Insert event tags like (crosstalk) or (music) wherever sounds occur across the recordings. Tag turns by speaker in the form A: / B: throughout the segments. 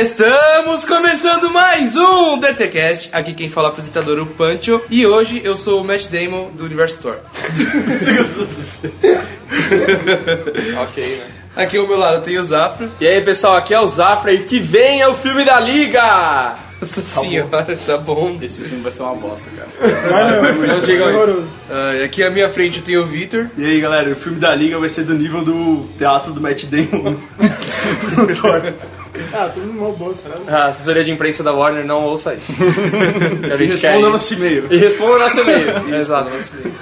A: Estamos começando mais um DTCast. Aqui quem fala é o apresentador o Pancho. E hoje eu sou o Matt Damon do Universo Thor.
B: Ok, né?
A: Aqui ao meu lado tem o Zafra.
C: E aí pessoal, aqui é o Zafra e que venha o filme da Liga!
A: Nossa senhora, tá bom.
B: Esse filme vai ser uma bosta, cara.
C: Não digam isso.
A: Ah, e aqui à minha frente eu tenho o Victor.
D: E aí galera, o filme da Liga vai ser do nível do teatro do Matt Damon.
E: Ah, tudo numa boa, sabe?
C: A assessoria de imprensa da Warner não ouça
D: (laughs)
C: isso. Que a gente quer
D: Responda
C: isso.
D: nosso e-mail.
C: E responda o nosso
D: (laughs)
C: e-mail. Exato.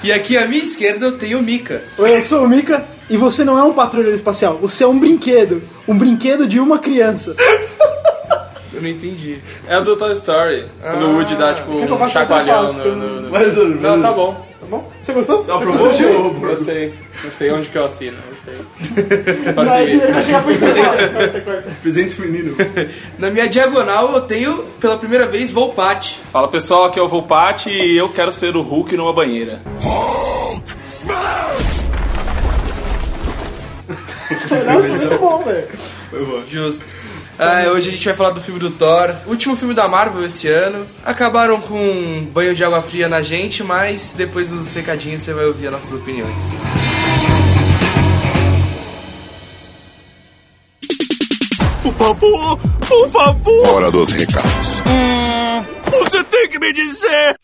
A: E aqui à minha esquerda eu tenho o Mika. (laughs)
E: Oi, eu sou o Mika e você não é um patrulheiro espacial, você é um brinquedo. Um brinquedo de uma criança. Tá
A: Eu não entendi.
C: É o do Toy Story. Quando o Woody dá tipo
E: Ah. que eu
C: um
E: faça?
C: chacoalhão
E: Eu faço,
C: no.
E: eu
C: no- no-
D: Mas,
C: Não, tá bom.
E: Tá bom? Você gostou?
C: Só pra
E: Você
C: você.
E: gostou?
C: Gostei. Gostei. Onde que eu assino?
E: (laughs)
C: Gostei. Pode
E: Não, ele
C: seguir.
E: vai chegar pra gente. Corta, corta.
D: Apresenta o menino.
A: Na minha diagonal eu tenho, pela primeira vez, Volpate.
B: Fala pessoal, aqui é o Volpati e eu quero ser o Hulk numa banheira.
E: Não, foi muito bom, velho.
A: Justo. Ah, hoje a gente vai falar do filme do Thor, último filme da Marvel esse ano. Acabaram com um banho de água fria na gente, mas depois dos recadinhos você vai ouvir as nossas opiniões.
F: Por favor, por favor,
G: Hora dos recados.
F: você tem que me dizer.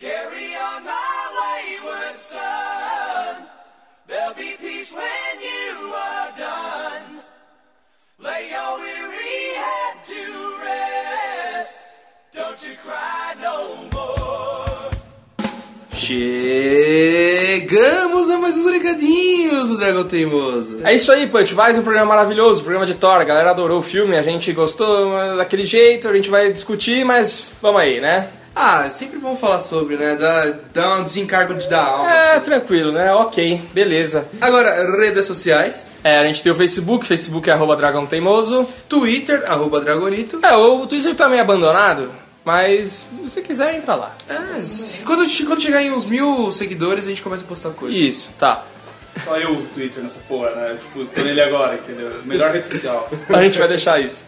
A: Chegamos a mais uns recadinhos do Dragão Teimoso.
C: É isso aí, Punch. Mais um programa maravilhoso, programa de Thor. A galera adorou o filme, a gente gostou mas daquele jeito, a gente vai discutir, mas vamos aí, né?
A: Ah, é sempre bom falar sobre, né? Dá, dá um desencargo de dar alma.
C: É,
A: assim.
C: tranquilo, né? Ok, beleza.
A: Agora, redes sociais.
C: É, a gente tem o Facebook, Facebook é arroba Dragão Teimoso.
A: Twitter, arroba Dragonito.
C: É, o Twitter tá meio abandonado, mas se você quiser, entra lá.
A: Ah, se- quando, che- quando chegar em uns mil seguidores, a gente começa a postar coisa.
C: Isso, tá.
B: Só eu uso o Twitter nessa porra, né? Tipo, tô nele agora, entendeu? Melhor rede social.
C: (laughs) A gente vai deixar
B: (laughs)
C: isso.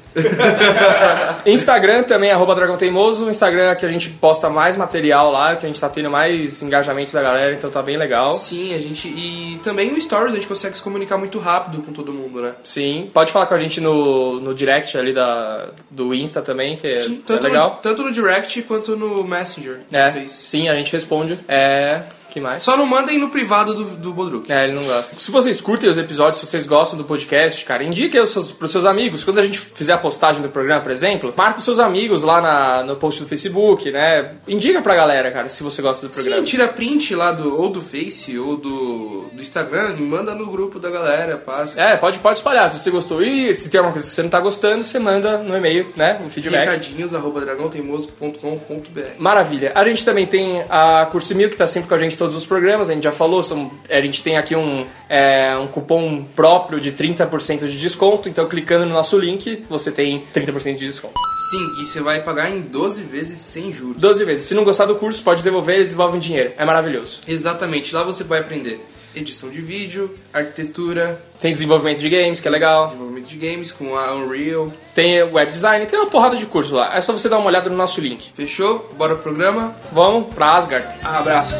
C: Instagram também, arroba Dragão Teimoso. Instagram é que a gente posta mais material lá, que a gente tá tendo mais engajamento da galera, então tá bem legal.
A: Sim, a gente. E também o Stories, a gente consegue se comunicar muito rápido com todo mundo, né?
C: Sim, pode falar com a gente no, no direct ali da, do Insta também, que é-
A: Sim,
C: é
A: tanto, No,
C: legal.
A: tanto no direct quanto no Messenger.
C: É,
A: do Face.
C: sim, a gente responde. É, que mais?
A: Só não mandem no privado do, do Bodruk. né?
C: É, ele não gosta. Se vocês curtem os episódios, se vocês gostam do podcast, cara, indique os seus, pros seus amigos. Quando a gente fizer a postagem do programa, por exemplo, marca os seus amigos lá na- no post do Facebook, né? Indica pra galera, cara, se você gosta do
A: Sim,
C: programa.
A: tira print lá do, ou do Face ou do, do Instagram, manda no grupo da galera, passa.
C: é, pode, pode espalhar se você gostou. E se tem alguma coisa que você não tá gostando, você manda no e-mail, né? Um feedback.
A: Recadinhos, arroba dragãoteimoso.com.br
C: Maravilha. A gente também tem a Cursimir, que tá sempre com a gente em todos os programas, a gente já falou, são- a gente tem aqui um, é, um cupom próprio de 30% de desconto, então clicando no nosso link, você tem 30% de desconto.
A: Sim, e você vai pagar em 12 vezes sem juros.
C: 12 vezes. Se não gostar do curso, pode devolver, eles devolvem dinheiro. É maravilhoso.
A: Exatamente, lá você vai aprender edição de vídeo, arquitetura,
C: Tem desenvolvimento de games, que é legal.
A: desenvolvimento de games com a Unreal.
C: Tem web design, tem uma porrada de curso lá. É só você dar uma olhada no nosso link.
A: Fechou? Bora pro programa?
C: Vamos pra Asgard.
A: Abraços.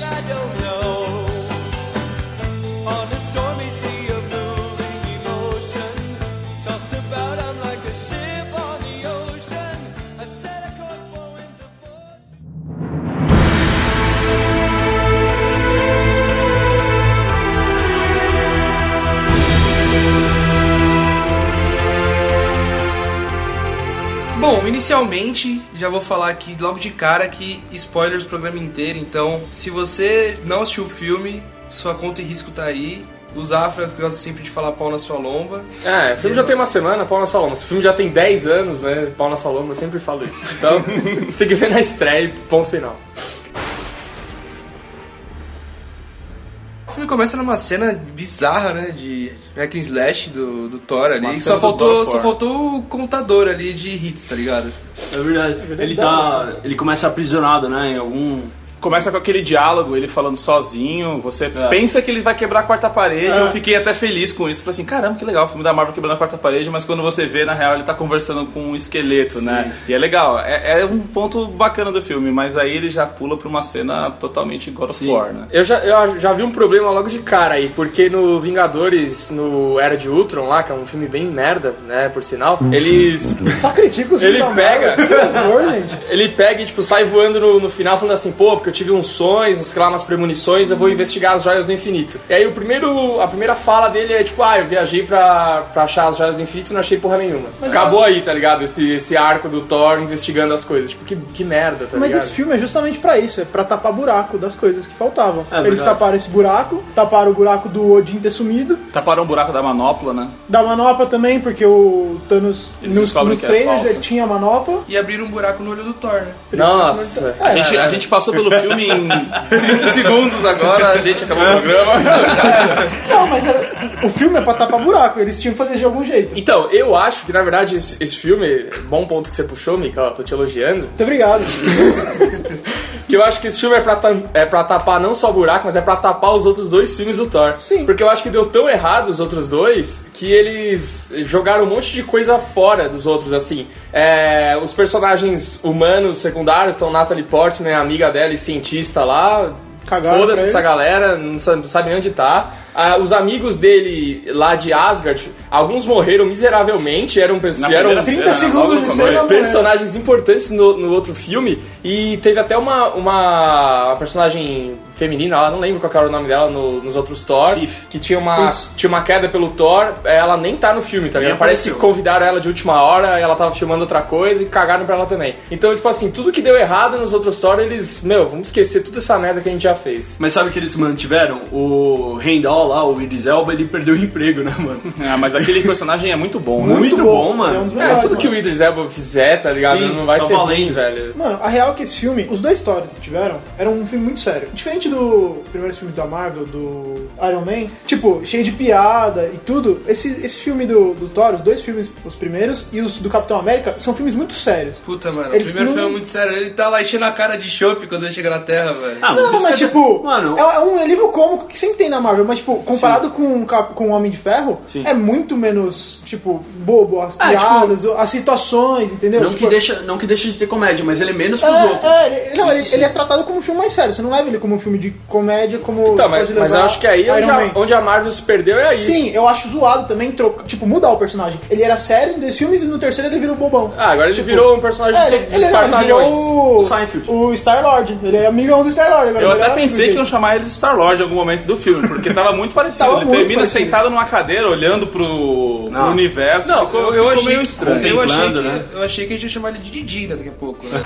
A: Bom, inicialmente, já vou falar aqui logo de cara que spoilers do programa inteiro, então se você não assistiu o filme, sua conta e risco tá aí. O Zafra gosta sempre de falar pau na sua lomba.
C: É, o filme já tem uma semana, pau na sua lomba. Se o filme já tem 10 anos, né? Pau na sua lomba, eu sempre falo isso. Então, você tem que ver na estreia e ponto final.
A: O filme começa numa cena bizarra, né? De hack and slash do, do Thor ali.
B: Uma
A: E
B: cena
A: só
B: do
A: faltou,
B: God of
A: só
B: War.
A: faltou o contador ali de hits, tá ligado?
D: É verdade. Ele tá. Ele começa aprisionado, né? Em algum.
G: Começa com aquele diálogo, ele falando sozinho, você
E: É.
G: pensa que ele vai quebrar a quarta parede. Eu fiquei até feliz com isso. Falei assim, caramba, que legal, o filme da Marvel quebrando a quarta parede, mas quando você vê, na real, ele tá conversando com um esqueleto, né? E é legal, é, é um ponto bacana do filme, mas aí ele já pula pra uma cena totalmente God of War, né?
C: Eu já, eu já vi um problema logo de cara aí, porque no Vingadores, no Era de Ultron lá, que é um filme bem merda, né, por sinal, eles.
E: Só critica os
C: Ele
E: filmes da
C: pega.
E: Marvel,
C: (laughs)
E: Por favor, gente.
C: Ele pega e, tipo, sai voando no, no final falando assim, pô, porque eu tive uns sonhos, uns, sei lá, umas premonições,
E: Uhum.
C: eu vou investigar as joias do infinito. E aí o primeiro, a primeira fala dele é tipo, ah, eu viajei pra, pra achar as joias do infinito e não achei porra nenhuma. Acabou aí, tá ligado? Esse, esse arco do Thor investigando as coisas. Tipo, que, que merda, tá
E: Mas
C: ligado?
E: esse filme é justamente pra isso, é pra tapar buraco das coisas que faltavam. Eles
D: verdade.
E: taparam esse buraco, taparam o buraco do Odin ter sumido,
G: Taparam um buraco da manopla, né?
E: da manopla também, porque o Thanos
G: Eles
E: nos,
G: descobrem
E: nos
G: que era
E: trailers
G: falsa.
E: ele tinha a manopla.
A: E abrir um buraco no olho do Thor, né?
C: Nossa. (laughs)
G: A
E: É,
G: gente,
E: né?
G: a gente passou pelo
E: (laughs)
G: filme em 30 segundos agora, a gente acabou o
E: É.
G: programa.
E: Não, mas era- o filme é pra tapar buraco, eles tinham que fazer de algum jeito. Muito
C: Então, eu acho que, na verdade, esse, esse filme... Bom ponto que você puxou, Mika, ó, tô te elogiando.
E: obrigado.
C: (laughs) Que eu acho que esse filme é pra, tam- é pra tapar não só o buraco, mas é pra tapar os outros dois filmes do Thor.
E: Sim.
C: Porque eu acho que deu tão errado os outros dois que eles jogaram um monte de coisa fora dos outros, assim. É, os personagens humanos secundários estão Natalie Portman, a amiga dela e cientista lá.
E: Cagaram
C: Foda-se
E: pra
C: essa
E: eles.
C: galera, não sabe, não sabe nem onde tá. Ah, os amigos dele lá de Asgard, alguns morreram miseravelmente, eram pessoas.
G: primeira
C: Eram
E: 30 um segundos de cena
C: Olha, personagens importantes no, no outro filme e teve até uma, uma personagem feminina, ela não lembro qual que era o nome dela no- nos outros Thor, que tinha uma, tinha uma queda pelo Thor, ela nem tá no filme, tá ligado? Parece que convidaram ela de última hora, ela tava filmando outra coisa e cagaram pra ela também. Então, tipo assim, tudo que deu errado nos outros Thor, eles, meu, vamos esquecer toda essa merda que a gente já fez.
D: Mas sabe o que eles mantiveram? O Heimdall lá, o Idris Elba, ele perdeu o emprego, né, mano?
G: Ah, mas
D: (laughs)
G: aquele personagem é muito bom, né?
D: Muito bom,
E: É um
D: mano.
E: dos
C: É,
E: melhores,
C: tudo que
E: mano.
C: o Idris Elba fizer, tá ligado?
D: Sim,
C: não vai
D: tá
C: ser ruim,
D: valendo.
C: velho.
E: Mano, a real é que esse filme, os dois stories que tiveram, era um filme muito sério. Diferente do primeiros filmes da Marvel, do Iron Man, tipo, cheio de piada e tudo, esse, esse filme do, do Thor, os dois filmes, os primeiros, e os do Capitão América, são filmes muito sérios.
A: Puta, mano,
E: Eles
A: o primeiro
E: não-
A: filme é muito sério. Ele tá lá enchendo a cara de chope quando ele chega na Terra, velho.
D: Ah,
E: Não,
D: isso
E: mas
D: é-
E: tipo,
D: Mano,
E: é, é um livro cômico que sempre tem na Marvel, mas tipo, comparado com, o Cap- com o Homem de Ferro, é muito menos, tipo, bobo, as
D: É, tipo,
E: piadas, as situações, entendeu?
D: não,
E: Tipo,
D: que deixa, não que deixa de ter comédia, mas ele é menos que os
E: É,
D: outros.
E: é, ele, não, ele,
D: Isso
E: ele é tratado como um filme mais sério. Você não leva ele como um filme de comédia, como.
C: Então, mas,
E: você pode
C: mas eu
E: levar
C: acho que aí
E: Iron
C: onde a,
E: Man.
C: onde a Marvel se perdeu é aí.
E: Sim, eu acho zoado também, troca, tipo, mudar o personagem. Ele era sério em dois filmes e no terceiro ele vira um bobão.
C: Ah, agora ele virou um personagem
E: É,
C: de,
E: ele,
C: de
E: ele, ele virou
C: espartalhões.
E: o,
D: O Seinfeld.
E: o Star-Lord. Ele é amigão do Star-Lord. agora,
G: Eu
E: ele
G: até
E: era
G: pensei
E: amigo
G: que iam
E: dele.
G: chamar ele de Star-Lord em algum momento do filme, porque tava
E: (laughs)
G: muito parecido.
E: Tava
G: ele
E: muito
G: termina
E: parecido.
G: sentado numa cadeira, olhando pro, pro
D: Não.
G: universo.
C: Não,
G: ficou,
A: eu
G: ficou
A: achei,
G: meio estranho.
A: Eu achei, que,
D: Contemplando, né?
A: eu achei que a gente ia chamar ele de Didi né, daqui a pouco, né?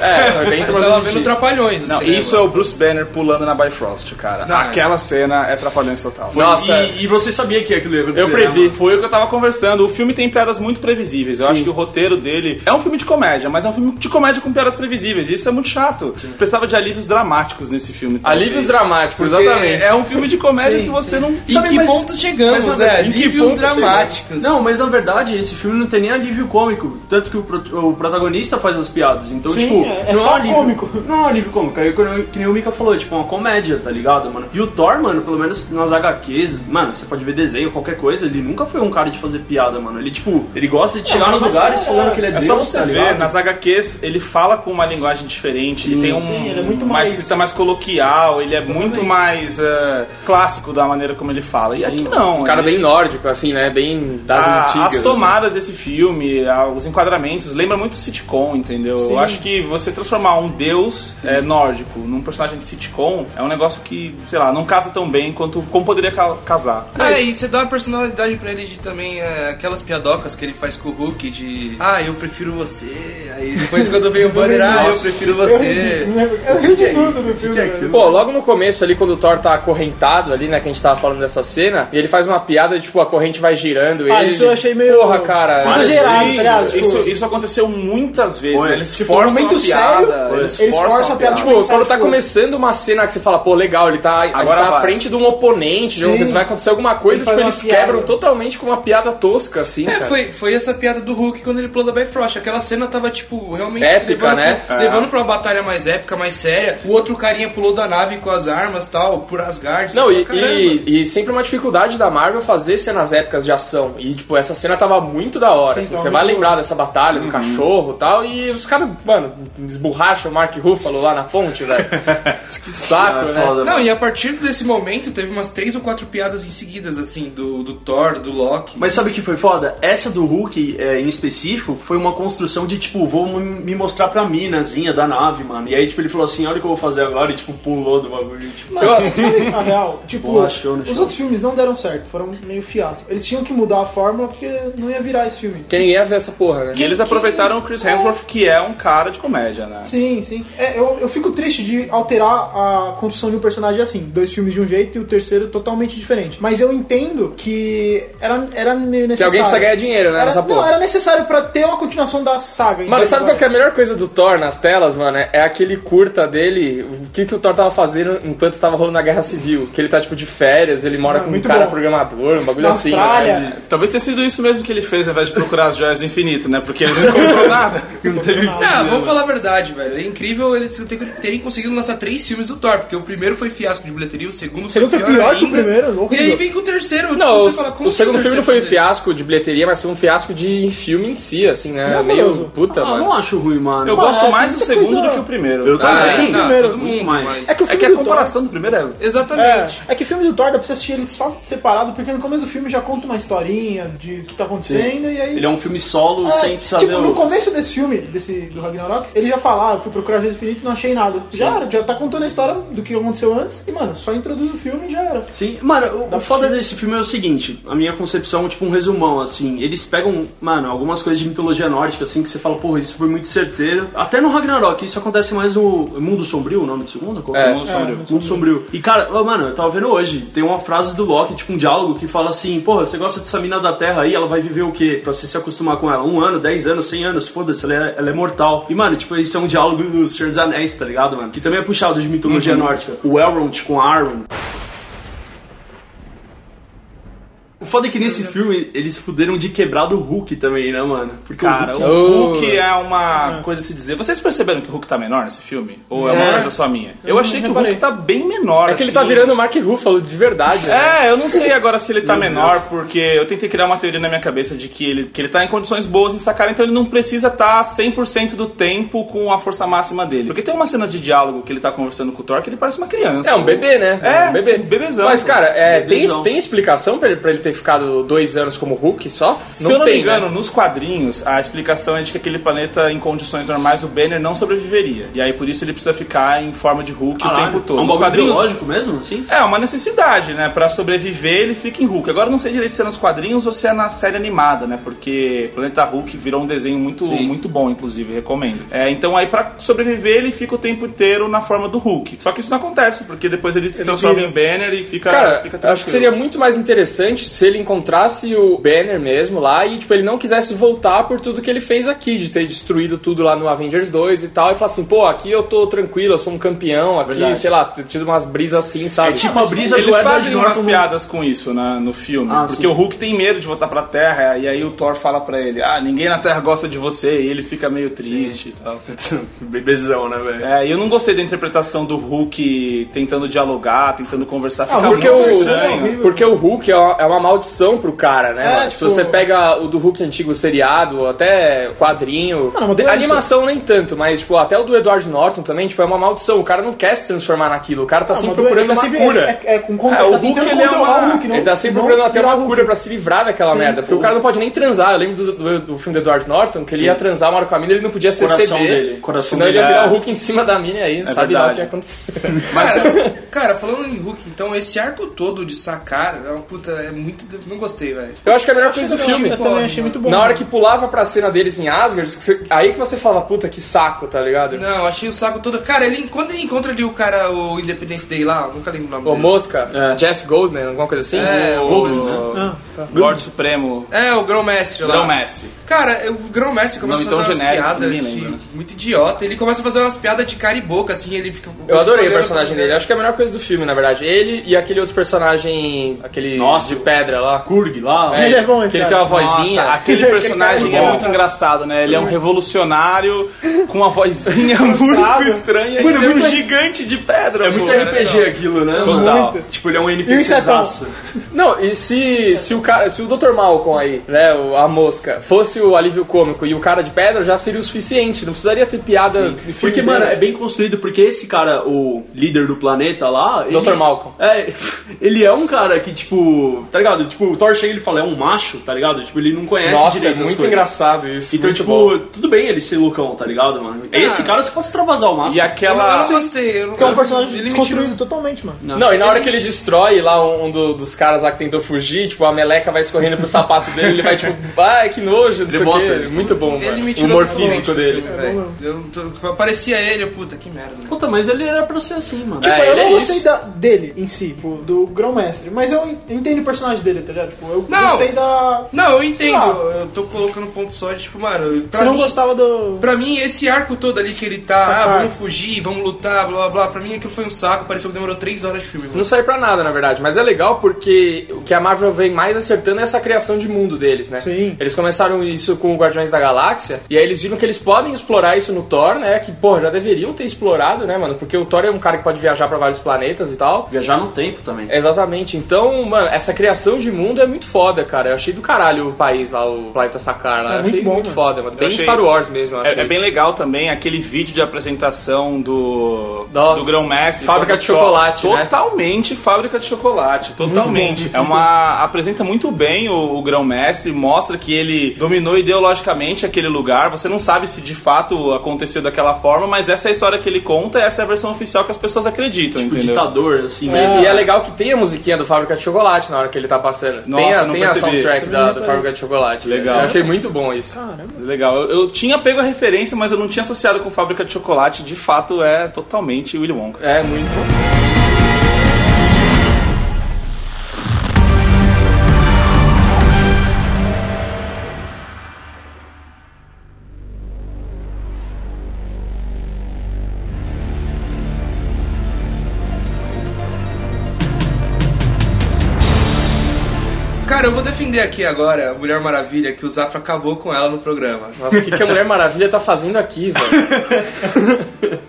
C: É, (laughs) tá bem
A: Eu tava
C: introduzido.
A: vendo Trapalhões. no
G: Não,
A: cinema.
G: isso é o Bruce Banner pulando na Bifrost, cara.
A: Não,
G: Aquela cena é trapalhões total.
D: E-
C: Nossa.
D: E, você sabia que aquilo ia acontecer.
G: Eu
D: né,
G: previ.
D: mano?
G: Foi o que eu tava conversando. O filme tem piadas muito previsíveis. Eu acho que o roteiro dele é um filme de comédia, mas é um filme de comédia com piadas previsíveis. E isso é muito chato. Precisava de alívios dramáticos nesse filme. talvez.
C: Alívios dramáticos,
G: Porque
C: exatamente.
G: É um filme de comédia que você não
A: Em
D: Sabe,
A: que
D: mas-
A: ponto chegamos,
D: mas,
E: É,
D: é,
A: né?
D: em que
A: Níveis
D: ponto
A: dramáticos.
D: Não, mas na verdade esse filme não tem nem alívio cômico. Tanto que o, pro- o protagonista faz as piadas. Então,
E: Sim,
D: tipo,
E: é- é
D: não
E: só
D: um alívio,
E: cômico.
D: Não é um alívio cômico. Aí, quando- que nem o Mika falou, tipo, é uma comédia, tá ligado, mano? E o Thor, mano, pelo menos nas HQs, mano, você pode ver desenho, qualquer coisa, ele nunca foi um cara de fazer piada, mano. Ele, tipo, ele gosta de chegar nos
E: mas
D: lugares
E: é-
D: falando que ele é,
G: É
D: Deus,
G: só você
D: tá
G: ver,
D: ligado?
G: nas HQs ele fala com uma linguagem diferente, ele tem um,
E: sim, ele é muito
G: uma
E: mais-
G: escrita mais coloquial, ele é muito mais eh, clássico da maneira como ele fala. E aqui não.
C: Um cara
G: ele-
C: bem nórdico, assim, né? Bem das
G: a-
C: antigas.
G: Ah,
C: assim.
G: as tomadas desse filme, a- os enquadramentos, lembra muito sitcom, entendeu? Eu acho que você transformar um deus eh, nórdico num personagem de sitcom é um negócio que, sei lá, não casa tão bem quanto como poderia ca- casar.
A: É, e você dá uma personalidade pra ele de também é, aquelas piadocas que ele faz com o Hulk de Ah, eu prefiro você. Aí depois quando vem o banner, ah, eu prefiro
E: (laughs) Eu ri
A: você.
E: disso, né? Eu ri
C: é
E: de tudo no filme. né? velho.
C: Pô, logo no começo ali, quando o Thor tá acorrentado ali, né? Que a gente tava falando dessa cena, e ele faz uma piada, tipo, a corrente vai girando
E: Ah,
C: ele.
E: isso eu achei meio-
C: Porra, cara.
G: é
E: Exagerado, tá ligado?
G: isso,
E: Tipo-
G: isso aconteceu muitas vezes,
D: Foi.
G: né? Eles
E: Tipo,
G: forçam
E: no momento
G: a
E: sério,
G: eles
E: eles
G: forçam
E: forçam
G: a
E: a piada.
G: piada.
E: pra
C: Tipo,
E: pensar,
C: quando tá
E: tipo,
C: começando uma cena que você fala, pô, legal, ele tá,
G: Agora
C: ele tá à
G: vai.
C: frente de um oponente, de um-
E: Sim.
C: vai acontecer alguma coisa,
E: Ele
C: tipo,
E: faz uma
C: eles
E: piada.
C: quebram totalmente com uma piada tosca, assim,
A: É,
C: cara.
A: foi, foi essa piada do Hulk quando ele planta Bifrost. Aquela cena tava, tipo, realmente.
C: Épica,
A: levando,
C: né?
A: pro- Levando pra uma batalha mais épica, mais séria. O outro carinha pulou da nave com as armas tal, por Asgard.
C: Não,
A: você
C: e,
A: fala,
C: e- e sempre uma dificuldade da Marvel fazer cenas épicas de ação. E, tipo, essa cena tava muito da hora.
E: Sim,
C: assim.
E: tava
C: Você
E: muito Uhum.
C: vai lembrar dessa batalha do cachorro e tal. E os caras, mano, esborracham o Mark Ruffalo lá na ponte,
E: (laughs)
C: velho. que saco,
E: é
D: Ah,
C: né?
D: foda,
A: Não, e a partir desse momento teve umas três ou quatro piadas em seguidas, assim, do, do Thor, do Loki.
D: Mas sabe o que foi foda? Essa do Hulk, é, em específico, foi uma construção de, tipo, vou m- me mostrar pra minazinha da nave, mano. E aí, tipo, ele falou assim, olha o que eu vou fazer agora, e, tipo, pulou do bagulho. Tipo,
E: Mano, sabe a
D: (laughs)
E: real? Tipo,
D: Bolachou no
E: os
D: chão.
E: outros filmes não deram certo, foram meio fiasco. Eles tinham que mudar a fórmula porque não ia virar esse filme.
C: Porque ninguém ia ver essa porra, né?
G: E eles aproveitaram o Chris Hemsworth, que é um cara de comédia, né?
E: Sim, sim. É, eu, eu fico triste de alterar a construção de um personagem assim. Dois filmes de um jeito e o terceiro totalmente diferente. Mas eu entendo que era, era meio necessário.
C: Que alguém precisa ganhar dinheiro, né?
E: Era-
C: nessa porra.
E: não, era necessário pra ter uma continuação da saga.
C: Mano,
E: entendeu?
C: sabe qual que é a melhor coisa do Thor nas telas, mano? É aquele curta dele, o que, que o Thor tava fazendo enquanto tava rolando a Guerra Civil. Que ele tá, tipo, de férias, ele mora
E: Ah,
C: com um
E: muito
C: cara
E: bom.
C: programador, um bagulho
E: Na
C: assim.
E: Austrália.
C: sabe?
G: Talvez tenha sido isso mesmo que ele fez, ao invés de procurar as joias do infinito, né? Porque ele não comprou nada. Não teve
A: Ah, vamos falar a verdade, velho. É incrível eles terem- terem conseguido lançar três filmes do Thor, porque o primeiro foi fiasco de bilheteria, o segundo,
E: segundo
A: foi
E: foi
A: pior,
E: pior que o
A: ainda,
E: primeiro,
A: E aí
E: horrível.
A: vem com o terceiro,
C: Não,
A: tipo,
C: o,
A: você fala, como
C: o
A: que
C: segundo
A: o terceiro
C: filme não foi um
A: desse?
C: fiasco de bilheteria, mas foi um fiasco de filme em si, assim, né? Meio
E: horroroso.
C: puta,
D: ah,
C: mano.
D: não acho ruim, mano.
G: Eu
E: Mano,
G: gosto
E: é,
G: mais
E: tem
G: do
E: muita
G: segundo
E: coisa-
G: do que o primeiro.
D: Eu
A: Ah,
D: também.
A: não,
E: primeiro,
A: todo mundo,
D: muito mais.
A: mas-
E: É que o
G: É
E: filme
G: que a
E: do Thor...
G: comparação do primeiro é...
A: Exatamente.
E: É, é que o filme do Thor dá pra você assistir ele só separado, porque no começo do filme já conta uma historinha de o que tá acontecendo e aí.
D: Ele é um filme solo,
E: É,
D: sem precisar
E: tipo,
D: ver
E: no
D: o...
E: começo desse filme, desse do Ragnarok, ele já fala, ah, eu fui procurar Gênesis Infinito e não achei nada. Já era, já tá contando a história do que aconteceu antes e, mano, só introduz o filme e já
C: Tá,
E: era.
D: Sim, mano, o,
E: Dá
D: o foda
E: pra-
D: desse filme é o seguinte, a minha concepção, tipo um resumão, assim, eles pegam, mano, algumas coisas de mitologia nórdica, assim, que você fala, porra, isso foi muito certeiro. Até no Ragnarok, isso acontece mais no Mundo Sombrio, o nome do segundo? Qual que
C: É.
D: o Mundo Sombrio. Mundo Sombrio. E, cara, ó, mano, eu tava vendo hoje, tem uma frase do Loki, tipo um diálogo, que fala assim, porra, você gosta dessa mina da Terra aí, ela vai viver o quê? Pra você se acostumar com ela? Um ano, dez anos, cem anos, foda-se, ela é, ela é mortal. E, mano, tipo, isso é um diálogo do Senhor dos Anéis, tá ligado, mano? Que também é puxado de mitologia nórdica. O Elrond com a Arwen, O foda é que nesse filme eles fuderam de quebrar do Hulk também, né, mano? Porque
G: Cara,
D: o
G: o
D: Hulk...
G: Hulk é uma coisa a se dizer. Vocês perceberam que o Hulk tá menor nesse filme? Ou é uma
C: É.
G: coisa só minha? Eu achei que o
E: reparei.
G: Hulk tá bem menor.
C: É que ele
G: assim.
C: tá virando o Mark Ruffalo de verdade, né?
G: É, eu não sei agora se ele tá menor, porque eu tentei criar uma teoria na minha cabeça de que ele, que ele tá em condições boas em sacar, então ele não precisa estar tá 100% do tempo com a força máxima dele. Porque tem uma cena de diálogo que ele tá conversando com o Thor que ele parece uma criança.
C: É um bebê, né?
G: É,
C: um bebê.
G: um bebezão.
C: Mas, cara, é, tem,
D: Bebezão.
C: tem explicação pra ele, pra ele ter ficado dois anos como Hulk só?
G: Se eu não
C: tem,
G: me engano,
C: né?
G: nos quadrinhos, a explicação é de que aquele planeta, em condições normais, o Banner não sobreviveria. E aí, por isso, ele precisa ficar em forma de Hulk o tempo todo.
D: É um
G: nos
D: bagulho
G: quadrinhos,
D: biológico mesmo, assim?
G: É, uma necessidade, né? Pra sobreviver, ele fica em Hulk. Agora, eu não sei direito se é nos quadrinhos ou se é na série animada, né? Porque Planeta Hulk virou um desenho muito, muito bom, inclusive, recomendo. É, então, aí, pra sobreviver, ele fica o tempo inteiro na forma do Hulk. Só que isso não acontece, porque depois ele se transforma em Banner e fica.
C: Cara,
G: Tá, fica
C: acho que seria muito mais interessante se ele encontrasse o Banner mesmo lá e, tipo, ele não quisesse voltar por tudo que ele fez aqui, de ter destruído tudo lá no Avengers 2 e tal, e falar assim, pô, aqui eu tô tranquilo, eu sou um campeão, aqui,
D: Verdade.
C: sei lá, ter tido umas brisas assim,
G: É
C: sabe?
D: Tipo a brisa do
G: Eles
D: Edward
G: fazem
D: Norton
G: umas
D: no-
G: piadas com isso né, no filme.
D: Ah,
G: porque
D: sim.
G: o Hulk tem medo de voltar pra Terra, e aí o Thor fala pra ele: Ah, ninguém na Terra gosta de você, e ele fica meio triste e tal. (laughs)
D: Bebezão, né, velho?
G: É, e eu não gostei da interpretação do Hulk tentando dialogar, tentando conversar, ficar
E: Ah,
G: muito
C: Porque o,
G: estranho.
C: porque o Hulk é uma, é uma maldição pro cara, né?
E: É,
C: mano? Se
E: tipo-
C: você pega o do Hulk antigo seriado, até quadrinho.
E: Mano, é uma
C: de-
E: doença.
C: animação nem tanto, mas tipo, até o do Edward Norton também, tipo, é uma maldição. O cara não quer se transformar naquilo. O cara tá
E: Ah,
C: sempre
E: mas doeu-
C: procurando
E: ele tá
C: uma
E: sempre-
C: cura.
E: É, é, com contra-
G: É, o
E: tá
G: Hulk,
E: tentando
G: ele é
E: controlar
G: uma-
E: o Hulk, não.
C: Ele tá sempre
E: não
C: procurando até
E: virar
C: uma
E: Hulk.
C: cura pra se livrar daquela
E: Sim,
C: merda. Porque o cara não pode nem transar. Eu lembro do, do, do filme do Edward Norton que ele ia transar uma hora com a mina ele não podia ser
D: Coração
C: CD.
D: dele, coração
C: senão ele ia
D: dele,
C: virar
D: é.
C: o Hulk em cima da mina e aí, sabe lá o que
G: verdade.
C: ia acontecer. (laughs)
A: (laughs) Cara, cara, falando em Hulk, então, esse arco todo de sacar, é uma puta, é muito não gostei, velho.
C: Eu acho que é a melhor coisa do
E: Eu
C: filme.
E: também achei muito bom.
C: Na hora que pulava pra cena deles em Asgard, que você- aí que você fala, puta, que saco, tá ligado?
A: Não, achei o saco todo. Cara, ele quando ele encontra ali o cara, o Independence Day lá, eu nunca lembro o nome
C: O
A: dele.
C: Mosca, Jeff Goldman, alguma coisa assim.
A: É,
C: o...
A: o-
E: Ah, tá.
G: né? Lorde Supremo,
A: É, o Grão Mestre lá.
G: Grão Mestre.
A: Cara, eu- o Grão Mestre começa
G: Nome
A: a
G: tão
A: fazer umas
G: genérico,
A: piadas
G: ninguém
A: de-
G: lembra.
A: muito idiota. Ele começa a fazer umas piadas de cara e boca, assim, ele fica.
C: Eu adorei o personagem dele, acho que é a melhor coisa do filme, na verdade. Ele e aquele outro personagem, aquele
D: Nossa.
C: de pedra lá.
D: Kurg lá.
C: É,
E: Ele é bom, esse
C: que ele tem
E: cara.
C: uma (laughs) vozinha. tá
G: Nossa, aquele
E: Aquele
G: personagem
E: cara
G: é
E: bom.
G: muito engraçado, né? Ele é um revolucionário com uma vozinha (laughs) muito
E: Engraçado.
G: estranha e
D: Mano,
G: ele é um
D: muito-
G: gigante de pedra.
D: É muito
G: pô.
D: RPG aquilo, né?
G: Total.
D: Mano? Tipo, ele é um
E: insetão?
D: NPCzaço.
C: Não, e se, se o cara, se o Dr. Malcolm aí, né, o- a mosca, fosse o alívio cômico e o cara de pedra, já seria o suficiente. Não precisaria ter piada. de filme
D: Porque,
C: inteiro.
D: mano, é bem construído, porque esse cara, o líder do planeta lá. ele-
C: Dr. Malcolm.
D: É, (laughs) ele é um cara que, tipo, tá ligado? Tipo, o Thor chega e ele fala, é um macho, tá ligado? Tipo, ele não conhece
C: Nossa, é
D: direito as
C: muito
D: coisas.
C: engraçado isso.
D: Então,
C: muito
D: tipo,
C: bom. Ah.
D: tudo bem ele ser loucão, tá ligado, mano? Esse cara você pode extravasar o máximo.
G: E aquela.
A: Eu não gostei. Eu não,
E: Porque é um personagem
A: ele me
E: desconstruído totalmente, mano.
C: Não, e na hora que ele destrói lá um, um do- dos caras lá que tentou fugir, tipo, a meleca vai escorrendo pro sapato dele, ele vai tipo, (laughs) ai, que nojo, não sei o
G: Devota
C: quê.
G: eles.
C: Muito bom,
A: Ele
C: mano. É,
A: me
E: tipo,
C: O
A: tirou
C: humor
A: totalmente
C: físico
A: do
C: dele.
A: filme, velho. Eu não tô- eu Aparecia ele, eu, puta, que merda. né?
D: Puta, mas ele era pra ser assim, mano.
C: É,
E: Tipo, eu
C: ele
E: não
C: é
E: gostei
C: isso.
E: da- dele em si, tipo, do Grão Mestre, mas eu en- eu entendo o personagem dele, tá ligado? Tipo, eu
A: Não.
E: gostei da.
A: Não, eu entendo.
E: Sei
A: Eu tô colocando um ponto só de, tipo, mano, pra
E: Você não
A: mim.
E: gostava do.
A: Pra mim, esse arco todo ali que ele tá,
E: Essa
A: ah,
E: parte.
A: vamos fugir, vamos lutar, blá blá blá, pra mim aquilo foi um saco, pareceu que demorou três horas de filme, mano.
C: Não serve pra nada, na verdade, mas é legal porque o que a Marvel vem mais acertando é essa criação de mundo deles, né?
E: Sim.
C: Eles começaram isso com o Guardiões da Galáxia, e aí eles viram que eles podem explorar isso no Thor, né? Que, porra, já deveriam ter explorado, né, mano? Porque o Thor é um cara que pode viajar pra vários planetas e tal.
D: Viajar no tempo também.
C: Exatamente. Então, mano, essa criação de mundo é muito foda, cara. Eu achei do caralho o país lá, o planeta Sakar lá.
E: É
C: Eu achei
E: muito bom,
C: muito
E: mano.
C: foda, mano. Bem
G: achei-
C: Star Wars mesmo, eu achei.
G: É, é bem legal também aquele vídeo de apresentação do,
C: Nossa.
G: do Grão Mestre.
C: Fábrica de chocolate, né?
G: Totalmente fábrica de chocolate, totalmente. É uma. Apresenta muito bem o, o Grão Mestre, mostra que ele dominou ideologicamente aquele lugar. Você não sabe se de fato aconteceu daquela forma, mas essa é a história que ele conta, essa é a versão oficial que as pessoas acreditam,
D: Tipo,
G: entendeu?
D: ditador, assim mesmo.
C: E é legal que tem a musiquinha do Fábrica de Chocolate na hora que ele tá passando.
G: Nossa,
C: tem a,
G: não
C: tem a
G: percebi.
C: soundtrack
E: Também
C: da,
E: não
C: do
E: parei.
C: Fábrica de Chocolate.
G: Legal.
C: Eu achei muito bom isso.
E: Caramba.
G: Legal, eu, eu tinha pego a referência, mas eu não tinha associado com fábrica de chocolate. De fato, é totalmente Willy Wonka.
C: É muito.
A: Cara, eu vou defender aqui agora a Mulher Maravilha, que o Zafra acabou com ela no programa.
C: Nossa, o que, que a Mulher Maravilha tá fazendo aqui, velho?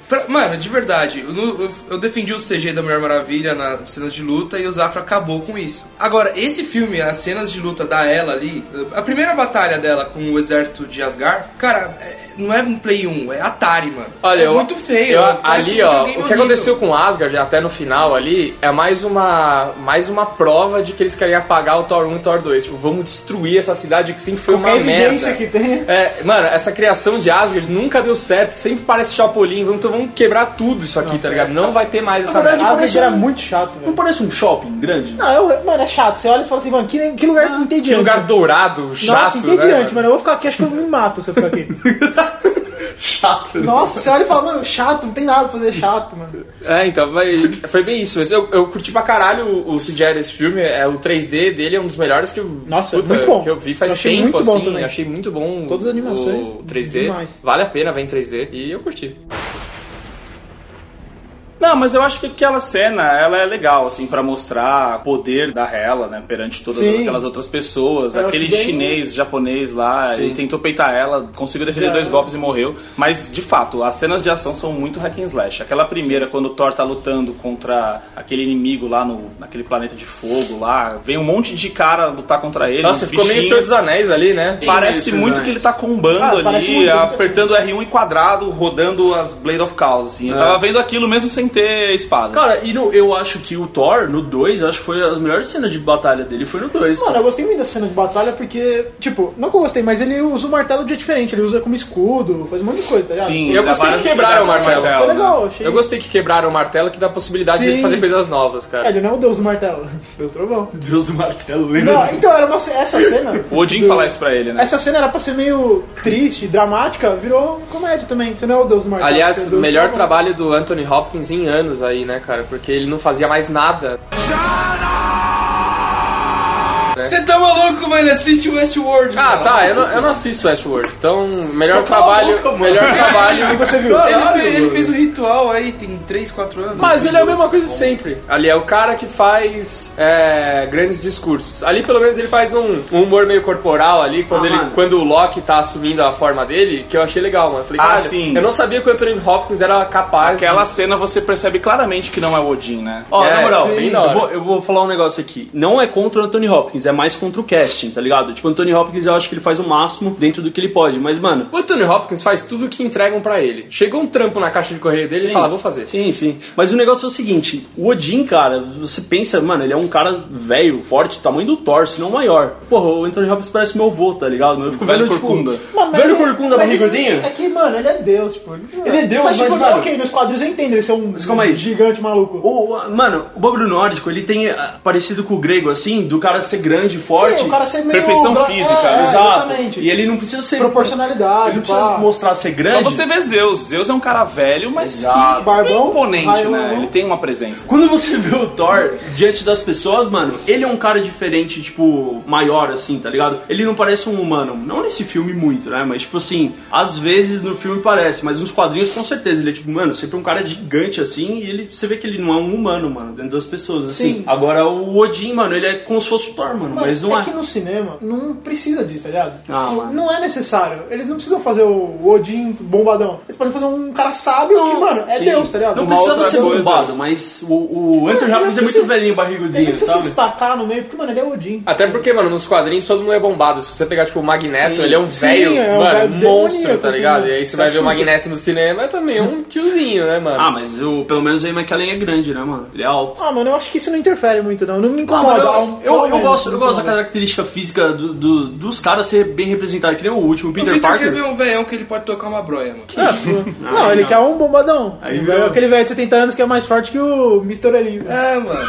A: Pra- mano, de verdade, eu, não- eu- eu defendi o CG da Mulher Maravilha nas cenas de luta e o Zafra acabou com isso. Agora, esse filme, as cenas de luta da ela ali, a primeira batalha dela com o exército de Asgard, cara, é- não é um Play 1, é Atari, mano.
C: Olha,
A: é
C: eu-
A: muito feio.
C: eu-
A: parece um
C: ali, ó, o
A: videogame
C: que
A: horrível.
C: aconteceu com Asgard até no final ali é mais uma mais uma prova de que eles querem apagar o Thor 1 e o Thor 2. Tipo, vamos destruir essa cidade que sempre foi uma
E: Qualquer
C: merda.
E: evidência que tem.
C: É, mano, essa criação de Asgard nunca deu certo, sempre parece Chapolin, vamos- então vamos quebrar tudo isso aqui, tá ligado? Não vai ter mais essa merda.
E: A Asgard
D: parece
E: era
D: um-
E: muito chato,
D: Não
E: velho.
D: parece um shopping grande?
E: Não, eu- mano, é chato. Você olha e fala assim, mano, que, que lugar entediante.
C: Que lugar dourado, chato,
E: Nossa,
C: né,
E: entediante,
C: mano?
E: mano. Eu vou ficar aqui, acho que eu me mato se eu ficar aqui.
D: Chato.
E: Nossa, você olha e fala, mano, chato, não tem nada pra fazer chato, mano.
C: É, então, vai, foi bem isso. Mas eu, eu curti pra caralho o, o CGI desse filme. É, o 3D dele é um dos melhores que eu,
E: Nossa, muito bom.
C: que eu vi
E: Eu
C: faz
E: achei
C: tempo,
E: muito bom
C: assim.
E: também.
C: Achei muito bom
E: Todas as animações,
C: o 3D.
E: demais.
C: Vale a pena ver em 3D. E eu curti.
G: Não, mas eu acho que aquela cena, ela é legal, assim, pra mostrar o poder da Hela, né, perante todas
E: Sim.
G: aquelas outras pessoas.
E: Eu acho
G: Aquele
E: bem-
G: chinês, japonês lá, ele tentou peitar ela, conseguiu defender dois golpes e morreu. Mas, de fato, as cenas de ação são muito hack and slash. Aquela primeira, quando o Thor tá lutando contra aquele inimigo lá no, naquele planeta de fogo lá, vem um monte de cara lutar contra ele,
C: Nossa,
G: uns
C: ficou meio
G: bichinhos.
C: Senhor dos Anéis ali, né?
G: Parece
D: Bem
G: muito
D: isso,
G: que ele tá combando
E: Ah, parece
G: ali, um
E: muito, muito
D: É.
G: apertando R1 e quadrado, rodando as Blade of Chaos, assim. Eu assim. tava vendo aquilo mesmo sem ter espada.
D: Cara, e no- eu acho que o Thor, no 2, acho que foi as melhores cenas de batalha dele, foi no 2.
E: Mano, eu gostei muito da cena de batalha porque, tipo, não que eu gostei, mas ele usa o martelo de um jeito diferente. Ele usa como escudo, faz um monte de coisa, tá ligado?
G: Sim, é,
C: E eu
G: dá
C: gostei
G: é várias
C: que quebraram o
G: utilidades pro
C: martelo.
E: Foi legal, achei.
C: Eu gostei que quebraram o martelo, que dá a possibilidade de
E: Sim.
C: ele fazer coisas novas, cara.
E: Ele não é o deus do martelo. (laughs) Deu trovão.
D: Deus do martelo, né?
E: Não, então era uma, ce- essa cena.
G: O Odin fala isso pra ele, né?
E: Essa cena era pra ser meio triste, dramática, virou comédia também. Você não é o deus do martelo. você é
C: Aliás,
E: o deus do
C: melhor
E: trovão.
C: trabalho do Anthony Hopkins em anos aí, né, cara? Porque ele não fazia mais nada.
A: Você tá maluco, mano? Assiste Westworld.
C: Ah,
A: mano.
C: tá, eu não, eu não assisto Westworld, então melhor trabalho, melhor
E: E
C: trabalho.
E: você viu?
A: Ele fez, ele fez um ritual aí, tem 3, 4 anos.
C: Mas ele é a mesma coisa de sempre. Ali é o cara que faz é, grandes discursos. Ali pelo menos ele faz um, um humor meio corporal ali, quando,
D: Ah,
C: ele,
D: mano.
C: quando o Loki tá assumindo a forma dele, que eu achei legal, mano. Eu Falei,
G: Ah,
C: cara,
G: sim.
C: eu não sabia que o Anthony Hopkins era capaz
G: Aquela
C: de...
G: cena você percebe claramente que não é o Odin, né?
D: Ó,
C: É,
D: na moral,
C: sim.
D: eu vou, eu vou falar um negócio aqui. Não é contra o Anthony Hopkins, é mais contra o casting, tá ligado? Tipo, o Anthony Hopkins eu acho que ele faz o máximo dentro do que ele pode, mas, mano.
C: O Anthony Hopkins faz tudo o que entregam pra ele. Chegou um trampo na caixa de correio dele e fala, vou fazer.
D: Sim, sim. Mas o negócio é o seguinte: o Odin, cara, você pensa, mano, ele é um cara velho, forte, tamanho do Thor, se não maior. Porra, o Anthony Hopkins parece meu avô, tá ligado? Eu fico
G: Velho
D: velho, tipo,
G: corcunda.
E: Mano, mas
D: velho
E: ele-
D: corcunda,
E: mas
D: barriga
E: ele-
D: gordinho?
E: É que, mano, ele é deus, tipo. Ele,
D: Ele é deus,
E: tipo,
D: mas, mano-
E: ok, nos quadrinhos eu entendo, ele é um
D: calma aí.
E: gigante maluco.
D: O, o- mano, o bagulho nórdico, ele tem ah, parecido com o grego, assim, do cara ser grande, forte.
E: Sim, o cara ser meio
G: perfeição
E: bra-
G: física,
E: é, é,
D: Exato.
E: Exatamente.
D: E ele não precisa ser.
E: Proporcionalidade,
D: Ele não precisa
E: Ah, pá.
D: mostrar ser
G: Só
D: grande.
G: você vê Zeus. Zeus é um cara velho, mas que
E: Barbão,
G: imponente,
E: raio,
G: né?
E: não.
G: Ele tem uma presença.
D: Quando você vê o Thor diante das pessoas, mano, ele é um cara diferente, tipo, maior, assim, tá ligado? Ele não parece um humano. Não nesse filme muito, né? Mas, tipo assim, às vezes no filme parece, mas nos quadrinhos com certeza. Ele é, tipo, mano, sempre um cara gigante, assim, e ele, você vê que ele não é um humano, mano, dentro das pessoas, assim.
E: Sim.
D: Agora, o Odin, mano, ele é como se fosse o Thor, mano,
E: Mano,
D: mas não
E: é
D: é.
E: que no cinema não precisa disso, tá ligado?
D: Ah,
E: Tipo,
D: mano.
E: não é necessário. Eles não precisam fazer o Odin bombadão. Eles podem fazer um cara sábio que, mano, é
D: Sim.
E: Deus, tá ligado?
D: Não
E: Uma
D: precisava
E: outra
D: ser
E: coisa.
D: bombado, mas o, o
E: Não,
D: Anthony Hopkins é
E: não
D: muito
E: precisa-
D: velhinho,
E: Ele não
D: barrigudinho,
E: precisa se
D: sabe?
E: destacar no meio, porque, mano, ele é o Odin.
C: Até porque, mano, nos quadrinhos todo mundo é bombado. Se você pegar, tipo, o Magneto,
D: Sim.
C: ele é um
E: Sim,
C: velho,
E: é um
C: mano,
E: velho
C: monstro,
E: demoníaco,
C: tá ligado?
E: assim,
C: E aí você vai ver o
E: cachorro.
C: Magneto no cinema, é também um tiozinho, né, mano?
D: Ah, mas o, pelo menos o Ian McKellen é grande, né, mano? Ele é alto.
E: Ah, mano, eu acho que isso não interfere muito, não. Não me
D: Não,
E: incomoda.
D: mas
E: Ao-
D: eu, eu,
E: ao
D: eu
E: menos,
D: gosto,
E: não
D: eu
E: me
D: gosto da
E: incomoda.
D: característica física do- do- dos caras ser bem representado, que nem o último, o
A: O
D: Peter
A: Victor quer
D: Parker.
A: ver um velhão que ele pode tocar uma broia, mano.
E: É, Não, ele quer um bombadão.
D: Aí
E: Um
D: virou-
E: velho- Aquele velho de 70 anos que é mais forte que o Mr. Ali,
A: É, mano.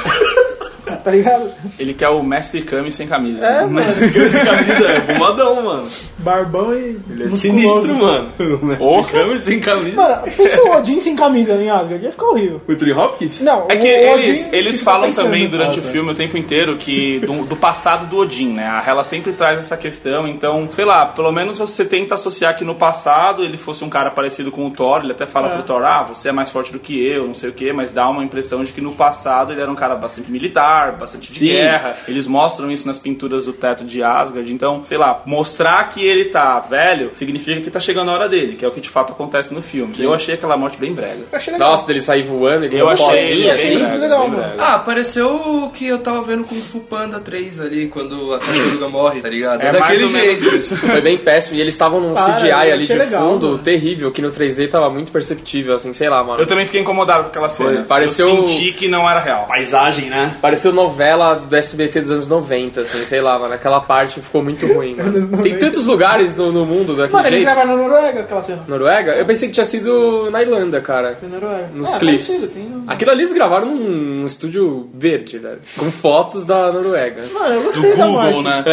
E: tá ligado?
G: Ele quer o mestre Kami sem camisa.
E: É, mano.
D: (laughs) Mas esse camisa é bombadão, mano.
E: Barbão e.
D: Ele é
E: musculoso.
D: sinistro,
E: (laughs)
D: mano. O camisa sem camisa.
E: Mano, pensa o Odin sem camisa em Asgard, ia ficar horrível.
D: O Tree Hopkins?
E: Não,
G: É que
E: o Odin
G: eles, eles
E: fica
G: falam
E: pensando,
G: também durante
D: Ah, tá.
E: cara.
G: o filme o tempo inteiro que do, do passado do Odin, né? A Hela sempre traz essa questão, então, sei lá, pelo menos você tenta associar que no passado ele fosse um cara parecido com o Thor, ele até fala pro Thor, ah, você é mais forte do que eu, não sei o quê, mas dá uma impressão de que no passado ele era um cara bastante militar, bastante de
D: Sim.
G: guerra. Eles mostram isso nas pinturas do teto de Asgard, então, sei lá, mostrar que ele tá velho significa que tá chegando a hora dele, que é o que de fato acontece no filme. Eu achei aquela morte bem brega.
E: Eu achei legal.
C: Nossa, dele sair voando
E: É
C: igual
G: Eu
C: uma
G: achei
C: pozinha,
G: bem
E: achei
C: assim.
G: brega,
E: legal,
G: bem
E: mano.
G: brega.
A: Ah, pareceu o que eu tava vendo com o Fu Panda 3 ali, quando a tartaruga morre, tá ligado? É, daquele jeito.
G: isso.
C: Foi bem péssimo. E eles estavam num
E: Para,
C: CGI
E: eu
C: ali de
E: achei legal,
C: fundo
E: mano.
C: terrível, que no 3D tava muito perceptível, assim, sei lá, mano.
G: Eu também fiquei incomodado com aquela cena.
C: Pareceu-
G: Eu senti que não era real.
D: Paisagem, né?
C: Pareceu novela do SBT dos anos 90, assim, sei lá, mano. Aquela parte ficou muito
E: (laughs)
C: ruim,
E: Anos
C: mano.
E: 90.
C: Tem tantos lugares no, no mundo daquele
E: Mano, eles
C: jeito.
E: gravaram na Noruega aquela cena.
C: Noruega? Eu pensei que tinha sido na Irlanda, cara.
E: Na Noruega.
C: Nos
E: é,
C: clipes.
E: parecido, tem um-
C: Aquilo ali eles gravaram num estúdio verde, né? Com fotos da Noruega. É.
E: Mano, eu
G: Do
E: gostei da
G: Google,
E: morte.
G: né?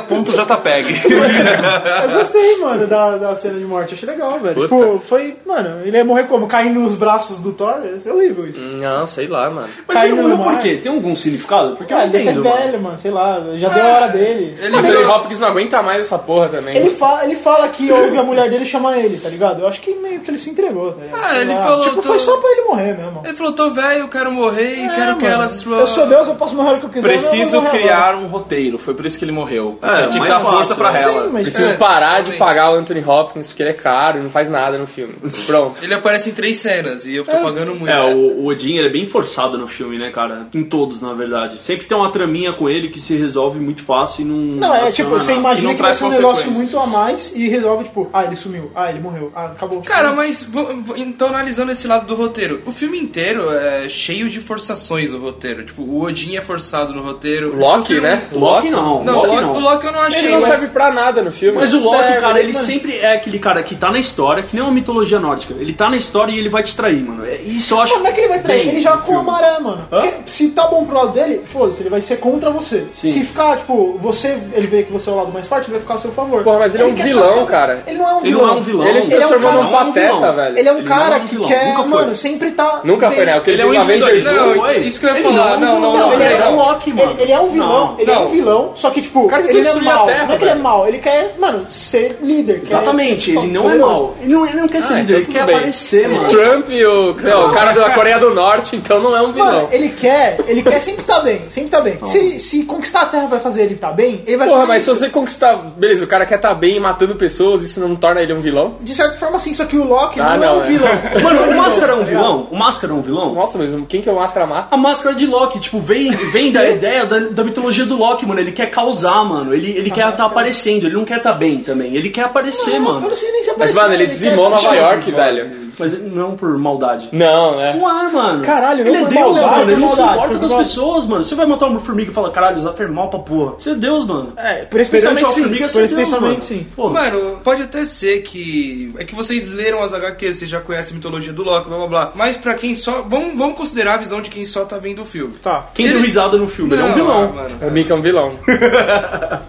G: Noruega.jpg.
E: Eu gostei, mano, da, da cena de morte. Achei legal, velho. Tipo, foi. Mano, ele ia morrer como? Caindo nos braços do Thor? Ia ser horrível isso.
C: Não, sei lá, mano.
D: Mas
E: Caiu no
D: ele morreu
E: mar.
D: por quê? Tem algum significado? Porque eu
E: Ah,
D: não
E: ele é
D: entendo, mano.
E: velho, mano, sei lá, já deu a hora dele.
A: Ele
C: O (laughs) Anthony
A: virou...
C: Hopkins não aguenta mais essa porra também.
E: Ele fala, ele fala que ouve a mulher dele chamar ele, tá ligado? Eu acho que meio que ele se entregou, tá ligado?
A: Ah,
E: Sei
A: ele
E: lá.
A: falou,
E: Tipo,
A: tô-
E: foi só pra ele morrer mesmo.
A: Ele falou, tô velho, quero morrer e quero que
E: É, mano.
A: ela sua...
E: Eu sou Deus, eu posso morrer o que eu quiser.
G: Preciso
E: mas eu vou morrer
G: criar um roteiro. Foi por isso que ele morreu.
D: É,
G: É, tinha que
D: mais
G: dar
D: fácil,
G: força pra
D: né?
E: agora.
G: ela.
E: Sim, mas
C: Preciso
A: É,
C: parar de
A: realmente.
C: pagar o Anthony Hopkins, porque ele é caro e não faz nada no filme. Pronto.
A: Ele aparece em três cenas e eu tô pagando muito.
D: É, o, o Odin ele é bem forçado no filme, né, cara? Em todos, na verdade. Sempre tem uma traminha com ele que se resolve muito fácil e não.
E: Não, é
D: adiciona
E: tipo, você
D: nada.
E: imagina
B: não
E: que vai
B: traz
E: ser um negócio
B: consequências.
E: muito a mais e resolve, tipo, ah, ele sumiu, ah, ele morreu, ah, acabou.
A: Cara, mas vo- vo- então analisando esse lado do roteiro, o filme inteiro é cheio de forçações no roteiro. Tipo, o Odin é forçado no roteiro.
C: Loki,
A: Esse
C: né?
D: O Loki não.
A: Não,
D: o
A: o
D: Loki
A: Loki,
D: não.
A: o Loki eu não achei.
C: Ele não
A: mas-
C: serve pra nada no filme.
D: Mas o Loki,
C: Serve,
D: cara, ele
C: mano.
D: sempre é aquele cara que tá na história, que nem uma mitologia nórdica. Ele tá na história e ele vai te trair, mano. É- Isso eu acho.
E: Mano, não é que ele vai trair,
D: bem
E: ele
C: um
E: joga
D: no
E: com a
D: filme.
E: maré, mano.
D: Hã?
E: Porque se tá bom pro lado dele, foda-se, ele vai ser contra você. Se ficar, tipo, você, ele vê que você é o lado mais forte, ele vai ficar a seu favor.
C: Porra, mas ele é um
E: quer
C: vilão,
E: ficar só-
C: cara.
E: Ele não é um
D: Ele
E: vilão.
D: não é um vilão.
C: Ele se
E: Ele é um
C: transformou
E: cara-
C: num
D: não é um vilão.
C: pateta, velho.
E: Ele é um
D: Ele não
E: cara
D: é um
E: que
D: vilão,
E: quer,
D: nunca foi.
E: mano, sempre tá.
C: Nunca foi, né? O que ele,
D: Ele é um
C: fez na Avengers
A: Não,
D: individualista. Não, é
A: isso que eu ia
D: ele não
A: falar.
D: é um
A: Não, não,
E: vilão,
A: não,
E: ele
A: peraí,
E: é
A: não.
E: um
D: Loki, mano.
E: Ele, ele é um vilão,
D: Não.
E: ele é um
A: Não.
E: vilão, só que, tipo,
C: cara quer
E: ele é
C: destruir a
E: mal.
C: Terra,
E: não é que ele é
C: velho.
E: mal, ele quer, mano, ser líder. quer
D: Exatamente,
E: ser, tipo,
D: ele não é
E: poderoso.
D: mau. Ele não, ele não quer ser
C: Ah,
D: líder,
C: então
D: ele
C: tudo
D: quer
C: bem.
D: aparecer,
C: O
D: mano.
C: Trump e o, não, o cara da Coreia do Norte, então não é um vilão.
E: Mano, ele quer, ele quer sempre tá bem, sempre tá bem. Se, se conquistar a Terra vai fazer ele tá bem, ele vai
C: Porra,
E: fazer
C: mas se
E: isso.
C: você conquistar. Beleza, o cara quer tá bem matando pessoas, isso não torna ele um vilão?
E: De certa forma, sim, só que o Loki
C: Ah,
E: não, é
C: não,
E: um
C: é. (laughs)
E: vilão.
D: Mano,
E: (laughs)
D: o Máscara é um vilão? O Máscara é um vilão?
C: Nossa, mas quem que é o Máscara mata?
D: A máscara de Loki, tipo, vem, vem da ideia da, da mitologia do Loki, mano. Ele quer causar, mano. Ele, ele quer estar aparecendo, ele não quer estar bem também. Ele quer aparecer,
E: Eu
D: mano.
E: não sei nem se é
C: Mas,
E: apareceu,
C: mano, ele dizimou
E: quer-
C: Nova York, velho.
D: Mas não por maldade.
C: Não, né?
D: Ué, mano.
C: Caralho, não
D: ele é
C: foi
D: Deus,
C: maldade,
D: mano. Ele não se
E: maldade,
D: importa
E: foi
D: com as
E: maldade.
D: pessoas, mano. Você vai matar uma formiga e fala, caralho, Zafir mal pra porra. Você é Deus, mano.
E: É, por esse pensamento
D: Principalmente uma
E: sim,
D: formiga,
E: por
D: você é
E: esse
D: Deus, mano.
E: pensamento sim.
D: Pô,
A: Mano, pode até ser que. É que vocês leram as HQs, vocês já conhecem a mitologia do Loki, blá blá blá. Mas pra quem só. Vamos, vamos considerar a visão de quem só tá vendo o filme.
E: Tá.
D: quem deu
A: ele-
D: risada no filme? ele é um
A: Não,
D: vilão.
A: ah, mano.
C: Pra mim que é um vilão.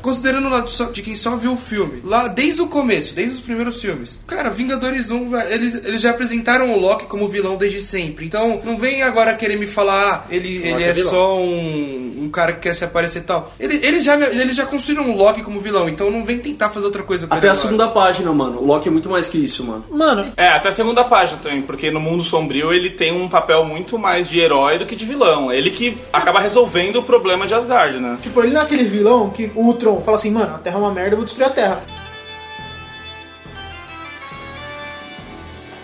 A: Considerando o lado só- de quem só viu o filme, lá desde o começo, desde os primeiros filmes. Cara, Vingadores 1, velho, eles, eles já apresentaram o Loki como vilão desde sempre. Então, não vem agora querer me falar, ah, ele, ele
C: Loki
A: é,
C: é vilão.
A: só um, um cara que quer se aparecer e tal. Ele- Eles já, me- eles já construíram o Loki como vilão, então não vem tentar fazer outra coisa com ele
D: Até a
A: agora.
D: segunda página, mano. O Loki é muito mais que isso, mano.
E: Mano,
G: É, até a segunda página também, porque no mundo sombrio ele tem um papel muito mais de herói do que de vilão. Ele que acaba resolvendo o problema de Asgard, né?
E: tipo, ele não é aquele vilão que o Ultron fala assim, mano, a Terra é uma merda, eu vou destruir a Terra.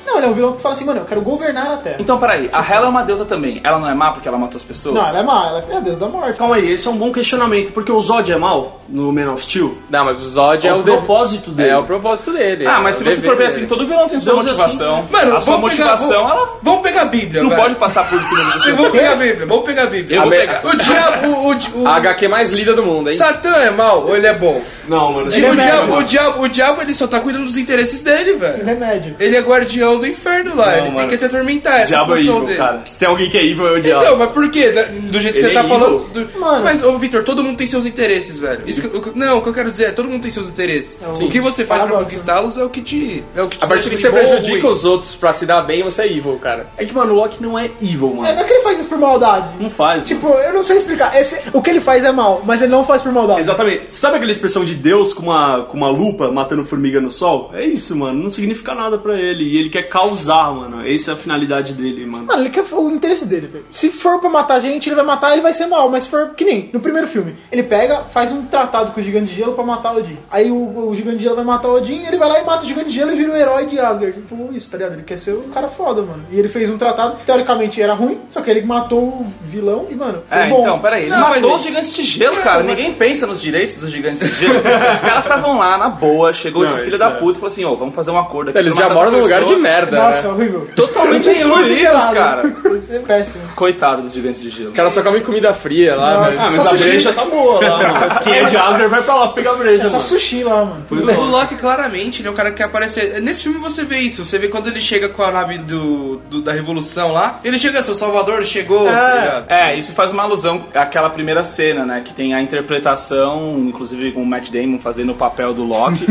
E: Não, ele é um vilão que fala assim, mano, eu quero governar a Terra.
G: Então, peraí, a Hela é uma deusa também. Ela não é má porque ela matou as pessoas?
E: Não, ela é má, ela é a deusa da morte.
D: Calma aí, esse é um bom questionamento. Porque o Zod é mal no Man of Steel?
C: Não, mas o Zod é,
D: É o
C: o dev-
D: propósito dele.
C: É o propósito dele.
G: Ah,
C: é
G: mas
C: o
G: se você
C: dever
G: for ver
C: dele.
G: assim, todo vilão tem sua
D: Deus é assim.
G: motivação.
A: Mano,
G: a sua
A: vamos pegar- é
G: motivação,
A: vamos-
G: ela
A: Vamos pegar a Bíblia,
G: não
A: velho.
G: pode passar por cima das pessoas.
A: Vamos pegar a Bíblia, vamos pegar a Bíblia.
G: Eu vou
C: A me-
G: pegar.
A: O diabo, o, di- o,
C: A HQ mais lida do mundo, hein?
A: Satã é mal ou ele é bom?
D: Não, mano.
A: Tipo, o, diabo, o, diabo, o diabo, ele só tá cuidando dos interesses dele, velho.
E: um Remédio.
A: Ele é guardião do inferno lá, ele tem
D: mano.
A: que te atormentar, essa é a
D: Diabo é
A: função
D: evil,
A: dele.
D: cara. Se tem alguém que é evil, é o diabo.
A: Então, mas por quê? Da- Do jeito que
D: Ele
A: você tá
D: é evil.
A: falando. do-
E: Mano.
A: Mas, ô Victor, todo mundo tem seus interesses, velho. Isso que eu- o que- não, o que eu quero dizer é, todo mundo tem seus interesses.
E: um
A: O que você faz pra
E: paradoxo,
A: conquistá-los é o que te. É o que te
C: A partir
A: define
C: que você
A: bom ou
C: prejudica
A: ruim.
C: os outros pra se dar bem, você é evil, cara.
D: É que, mano, o Loki não é evil,
E: É,
D: mano.
E: não é que ele faz isso por maldade.
D: Não faz.
E: Tipo, eu não sei explicar. Esse- o que ele faz é mal, mas ele não faz por maldade.
D: Exatamente. Sabe aquela expressão de Deus com uma, com uma lupa matando formiga no sol? É isso, mano. Não significa nada pra ele. E ele quer causar, mano. Essa é a finalidade dele, mano.
E: Mano, ele quer o interesse dele, velho. Se for pra matar gente, ele vai matar, ele vai ser mal. Mas se for que nem no primeiro filme, ele pega, faz um tratado com o Gigante de Gelo pra matar Odin. Aí o, o Gigante de Gelo vai matar Odin, ele vai lá e mata o Gigante de Gelo e vira o herói de Asgard. Tipo, isso, tá ligado? Ele quer ser um cara foda, mano. E ele fez um tratado, que teoricamente era ruim, só que ele matou o vilão e, mano, foi
G: É,
E: bom.
G: então, peraí. Ele
A: Não, mas
G: matou
A: ele-
G: os gigantes de gelo, cara. Ninguém pensa nos direitos dos gigantes de gelo. os caras estavam lá, na boa. Chegou
D: Não,
G: esse filho
D: isso
G: da
D: é.
G: puta e falou assim, ó, vamos fazer um acordo aqui.
C: Eles
G: pra
C: já
G: matar
C: moram num
G: outra
C: lugar de
G: pessoa.
C: merda,
E: Nossa,
C: né?
E: horrível.
G: Totalmente iludidos,
E: gelado.
G: cara.
E: Isso é péssimo.
G: Coitado dos gigantes de gelo.
C: O cara só come comida fria lá,
E: Nossa.
C: velho.
D: Ah, mas
E: Só
D: a
E: sushi.
D: breja tá boa lá, mano. Quem é de Asgard vai pra lá pegar a breja,
E: É só
D: mano.
E: sushi lá, mano.
A: O Loki, claramente, ele é um cara que quer aparecer. Nesse filme você vê isso. Você vê quando ele chega com a nave do, do- da Revolução lá. Ele chega, seu Salvador chegou, tá ligado?
G: É, isso faz uma alusão àquela primeira cena, né? Que tem a interpretação, inclusive com o Matt Damon fazendo o papel do Loki.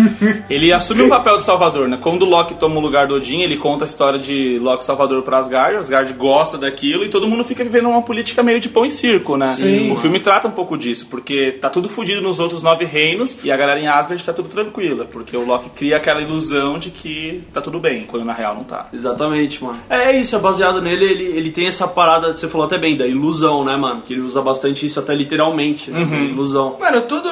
G: ele assume o papel de Salvador, né? Quando o Loki toma o lugar do Odin, ele conta a história de Loki Salvador pra Asgard. Asgard gosta daquilo e todo mundo fica vivendo uma política meio de pão e circo, né? o filme trata um pouco disso, porque tá tudo fudido nos outros nove reinos e a galera em Asgard tá tudo tranquila, porque o Loki cria aquela ilusão de que tá tudo bem, quando na real não tá.
D: Exatamente, mano. É isso, é baseado nele, ele, ele tem essa parada, você falou até bem, da ilusão, né, mano? Que ele usa bastante isso até literalmente, né? Ilusão.
A: Mano, todo.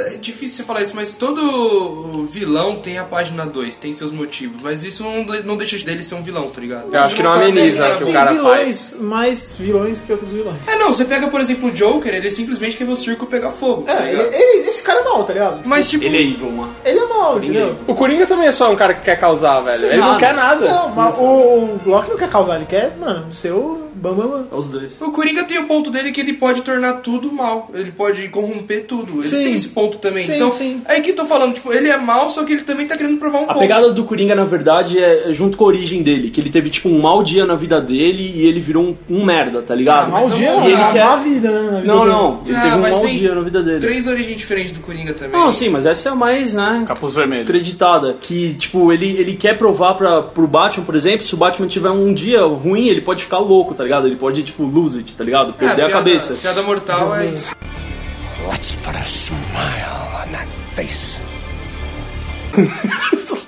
A: É difícil você falar isso, mas todo vilão tem a página 2, tem seus motivos. Mas isso não, de- não deixa deixa dele ser um vilão, tá ligado?
C: Eu acho que não
A: Tá
C: ameniza
A: bem,
C: que o
A: tá
C: cara
E: Tem
C: faz.
E: vilões, mais vilões que outros vilões.
A: É, não, você pega, por exemplo, o Joker, ele simplesmente quer ver o circo pegar fogo. tá
E: É, ele,
A: ligado?
E: ele- esse cara é mal, tá ligado?
A: Mas, tipo,
D: Ele é evil, mano.
E: Ele é mal, entendeu?
C: O Coringa também é só um cara que quer causar, velho.
D: Sim,
C: ele não
G: Ah.
D: nada.
C: quer nada.
E: Não, mas o, o Loki não quer causar, ele quer, mano, ser o Bambam. Bam, bam.
D: É os dois.
A: o Coringa tem o ponto dele que ele pode tornar tudo mal. Ele pode corromper tudo. Ele
E: Sim.
A: tem esse ponto também.
E: Sim,
A: então,
E: sim.
A: aí que eu tô falando, tipo, ele é mal, só que ele também tá querendo provar um
D: A
A: ponto.
D: pegada do Coringa, na verdade, é junto com a origem dele, que ele teve, tipo, um mau dia na vida dele e ele virou um, um merda, tá ligado?
E: Ah, mal
A: mas
E: dia,
A: eu-
E: não,
D: e ele
E: a
D: quer-
E: má vida, né? na vida
D: Não,
E: dele.
D: não, ele
A: Ah,
D: teve um
A: mas
D: mau
A: tem
D: dia na vida dele.
A: Três origens diferentes do Coringa também.
D: Não, sim, mas essa é a mais, né?
G: Capuz vermelho.
D: acreditada. Que, tipo, ele, ele quer provar pra, pro Batman, por exemplo, se o Batman tiver um dia ruim, ele pode ficar louco, tá ligado? Ele pode, tipo, lose it, tá ligado?
A: É,
D: Perder a
A: piada-
D: cabeça.
A: Piada mortal é isso.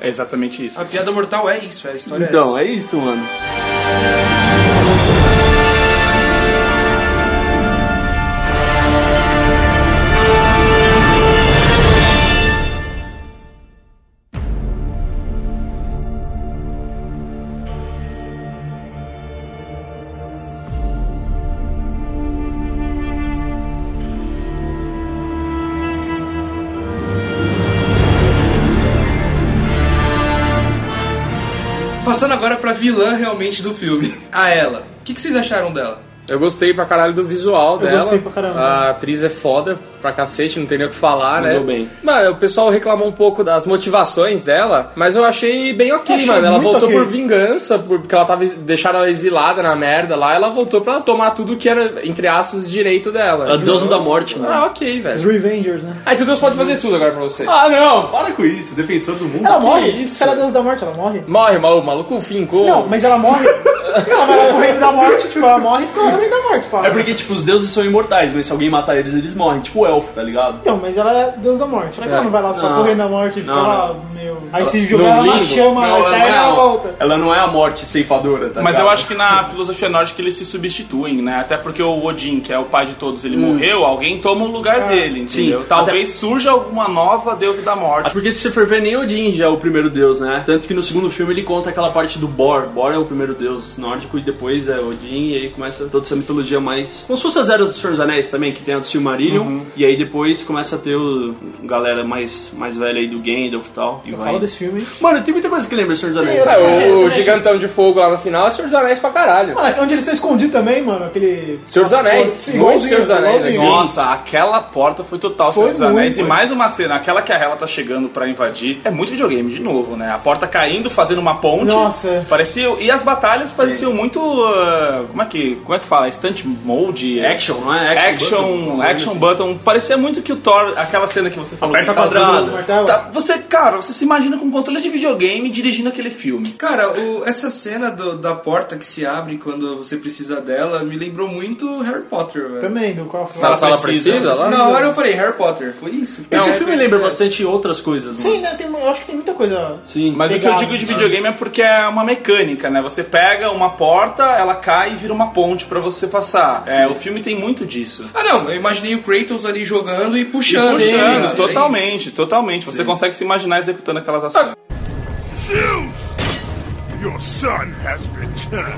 G: É exatamente isso.
A: A piada mortal é isso, é a história
D: Então,
A: é
D: é isso, mano.
A: essa. Passando agora pra vilã realmente do filme, (laughs) a ela. O que, que vocês acharam dela?
C: Eu gostei pra caralho do visual dela.
E: gostei pra caramba.
C: A atriz é foda pra cacete, não tem nem o que falar, né?
D: Mandou bem.
C: Mano, o pessoal reclamou um pouco das motivações dela, mas eu achei bem ok,
E: Achei
C: mano. Ela
E: muito
C: voltou
E: ok.
C: por vingança, por- porque ela tava ex- deixaram ela exilada na merda lá, ela voltou pra tomar tudo que era, entre aspas, direito dela.
D: A deusa da morte, mano.
C: Ah, ok,
E: Os
C: velho.
E: Revengers, né?
C: Ah, então Deus pode fazer tudo agora pra você.
D: Ah, não! Para com isso, defensor do mundo.
E: Ela morre?
C: isso?
E: Se ela é deusa da morte, ela morre?
C: Morre, maluco, maluco fincou.
E: Não, mas ela morre. não, mas ela é o reino da morte, tipo, ela morre e fica lá no reino da morte, pá.
D: É porque, tipo, os deuses são imortais, mas se alguém matar eles, eles morrem. Tipo o elfo, tá ligado?
E: Então, mas ela é deusa da morte. Será que
C: É.
E: ela não vai lá só
D: Não.
E: pro reino da morte e fica
D: Não,
E: lá,
D: não.
E: meu. Aí se jogar ela na
D: limbo.
E: chama
D: Não, ela
E: eterna,
D: não é
E: ela
D: a-
E: volta.
D: Ela não é a morte ceifadora, tá
G: Mas
D: ligado?
G: eu acho que na filosofia nórdica eles se substituem, né? Até porque o Odin, que é o pai de todos, ele morreu, alguém toma o lugar dele, entendeu?
D: Hum. É, sim.
G: Talvez surja alguma nova deusa da
D: Acho
G: morte.
D: Porque se você for ver, nem Odin já é o primeiro deus, né? Tanto que no segundo filme ele conta aquela parte do Bor. Bor é o primeiro deus nórdico e depois é Odin e aí começa toda essa mitologia mais... Como se fosse as eras dos Senhor dos Anéis também, que tem a do Silmarillion. E aí depois começa a ter o galera mais, mais velha aí do Gandalf e tal. E
E: Só
D: vai-
E: fala desse filme.
D: Mano, tem muita coisa que lembra do Senhor dos Anéis.
E: Tem, eu-
C: É, o, o gigantão de fogo lá no final é Senhor dos Anéis pra caralho.
D: Ah,
E: Mano, onde eles estão escondidos também, mano, aquele.
C: Senhor dos Anéis,
E: Sim,
C: muito
E: igualzinho,
C: Senhor dos Anéis,
E: igualzinho.
C: assim.
G: Nossa, aquela porta foi total Senhor
E: Foi
G: dos Anéis.
E: muito.
G: E mais uma cena, aquela que a Hela tá chegando pra invadir. É muito videogame de novo, né? A porta caindo, fazendo uma ponte.
E: Nossa.
G: Parecia, e as batalhas pareciam muito. ah, como, é que, como é que fala? Stunt mode?
D: Action, não é?
G: Action, action,
D: button.
G: button. Parecia muito que o Thor, aquela cena que você falou.
D: Aperta
G: que tá usando-
D: quadrado.
E: Martelo.
G: Tá, você, cara, você se imagina com um controle de videogame dirigindo aquele filme.
A: Cara, o- essa cena do- da porta que se abre quando você precisa dela me lembrou muito Harry Potter, velho.
E: Também, do qual
C: Ela
E: foi.
G: Sabe-
C: fala
G: precisa,
C: precisa lá?
A: Na hora eu falei Harry Potter, foi isso?
D: Esse
A: Não,
D: filme
A: é-
D: lembra bastante outras coisas, mano.
E: Sim, né? Tem, eu acho que tem muita coisa.
D: Sim.
G: Mas o que eu
E: Pegado,
G: digo de videogame é porque é uma mecânica, né? Você pega uma porta, ela cai e vira uma ponte pra você passar. É, o filme tem muito disso.
A: Ah não, eu imaginei o Kratos ali jogando e puxando.
G: Puxando,
A: tá ligado? É isso.
G: totalmente, totalmente. Você consegue se imaginar executando aquelas ações.
F: Your son has returned.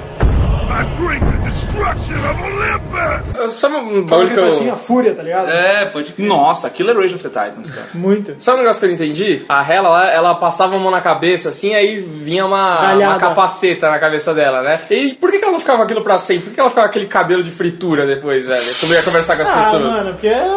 F: I bring the destruction of Olympus!
C: Sabe um
E: Como
C: bagulho
E: que
C: que
E: foi assim, a
C: eu.
E: fúria, tá ligado?
A: É, pode crer.
G: Nossa, aquilo é Rage of the Titans, cara.
E: Muito.
C: Sabe um negócio que eu não entendi? A Hela, ela, ela passava a mão na cabeça, assim, aí vinha uma,
E: Galhada.
C: uma capaceta na cabeça dela, né? E por que, que ela não ficava com aquilo pra sempre? Por que ela ficava com aquele cabelo de fritura depois, velho? Quando ia conversar com as
E: Ah,
C: pessoas.
E: mano, porque é-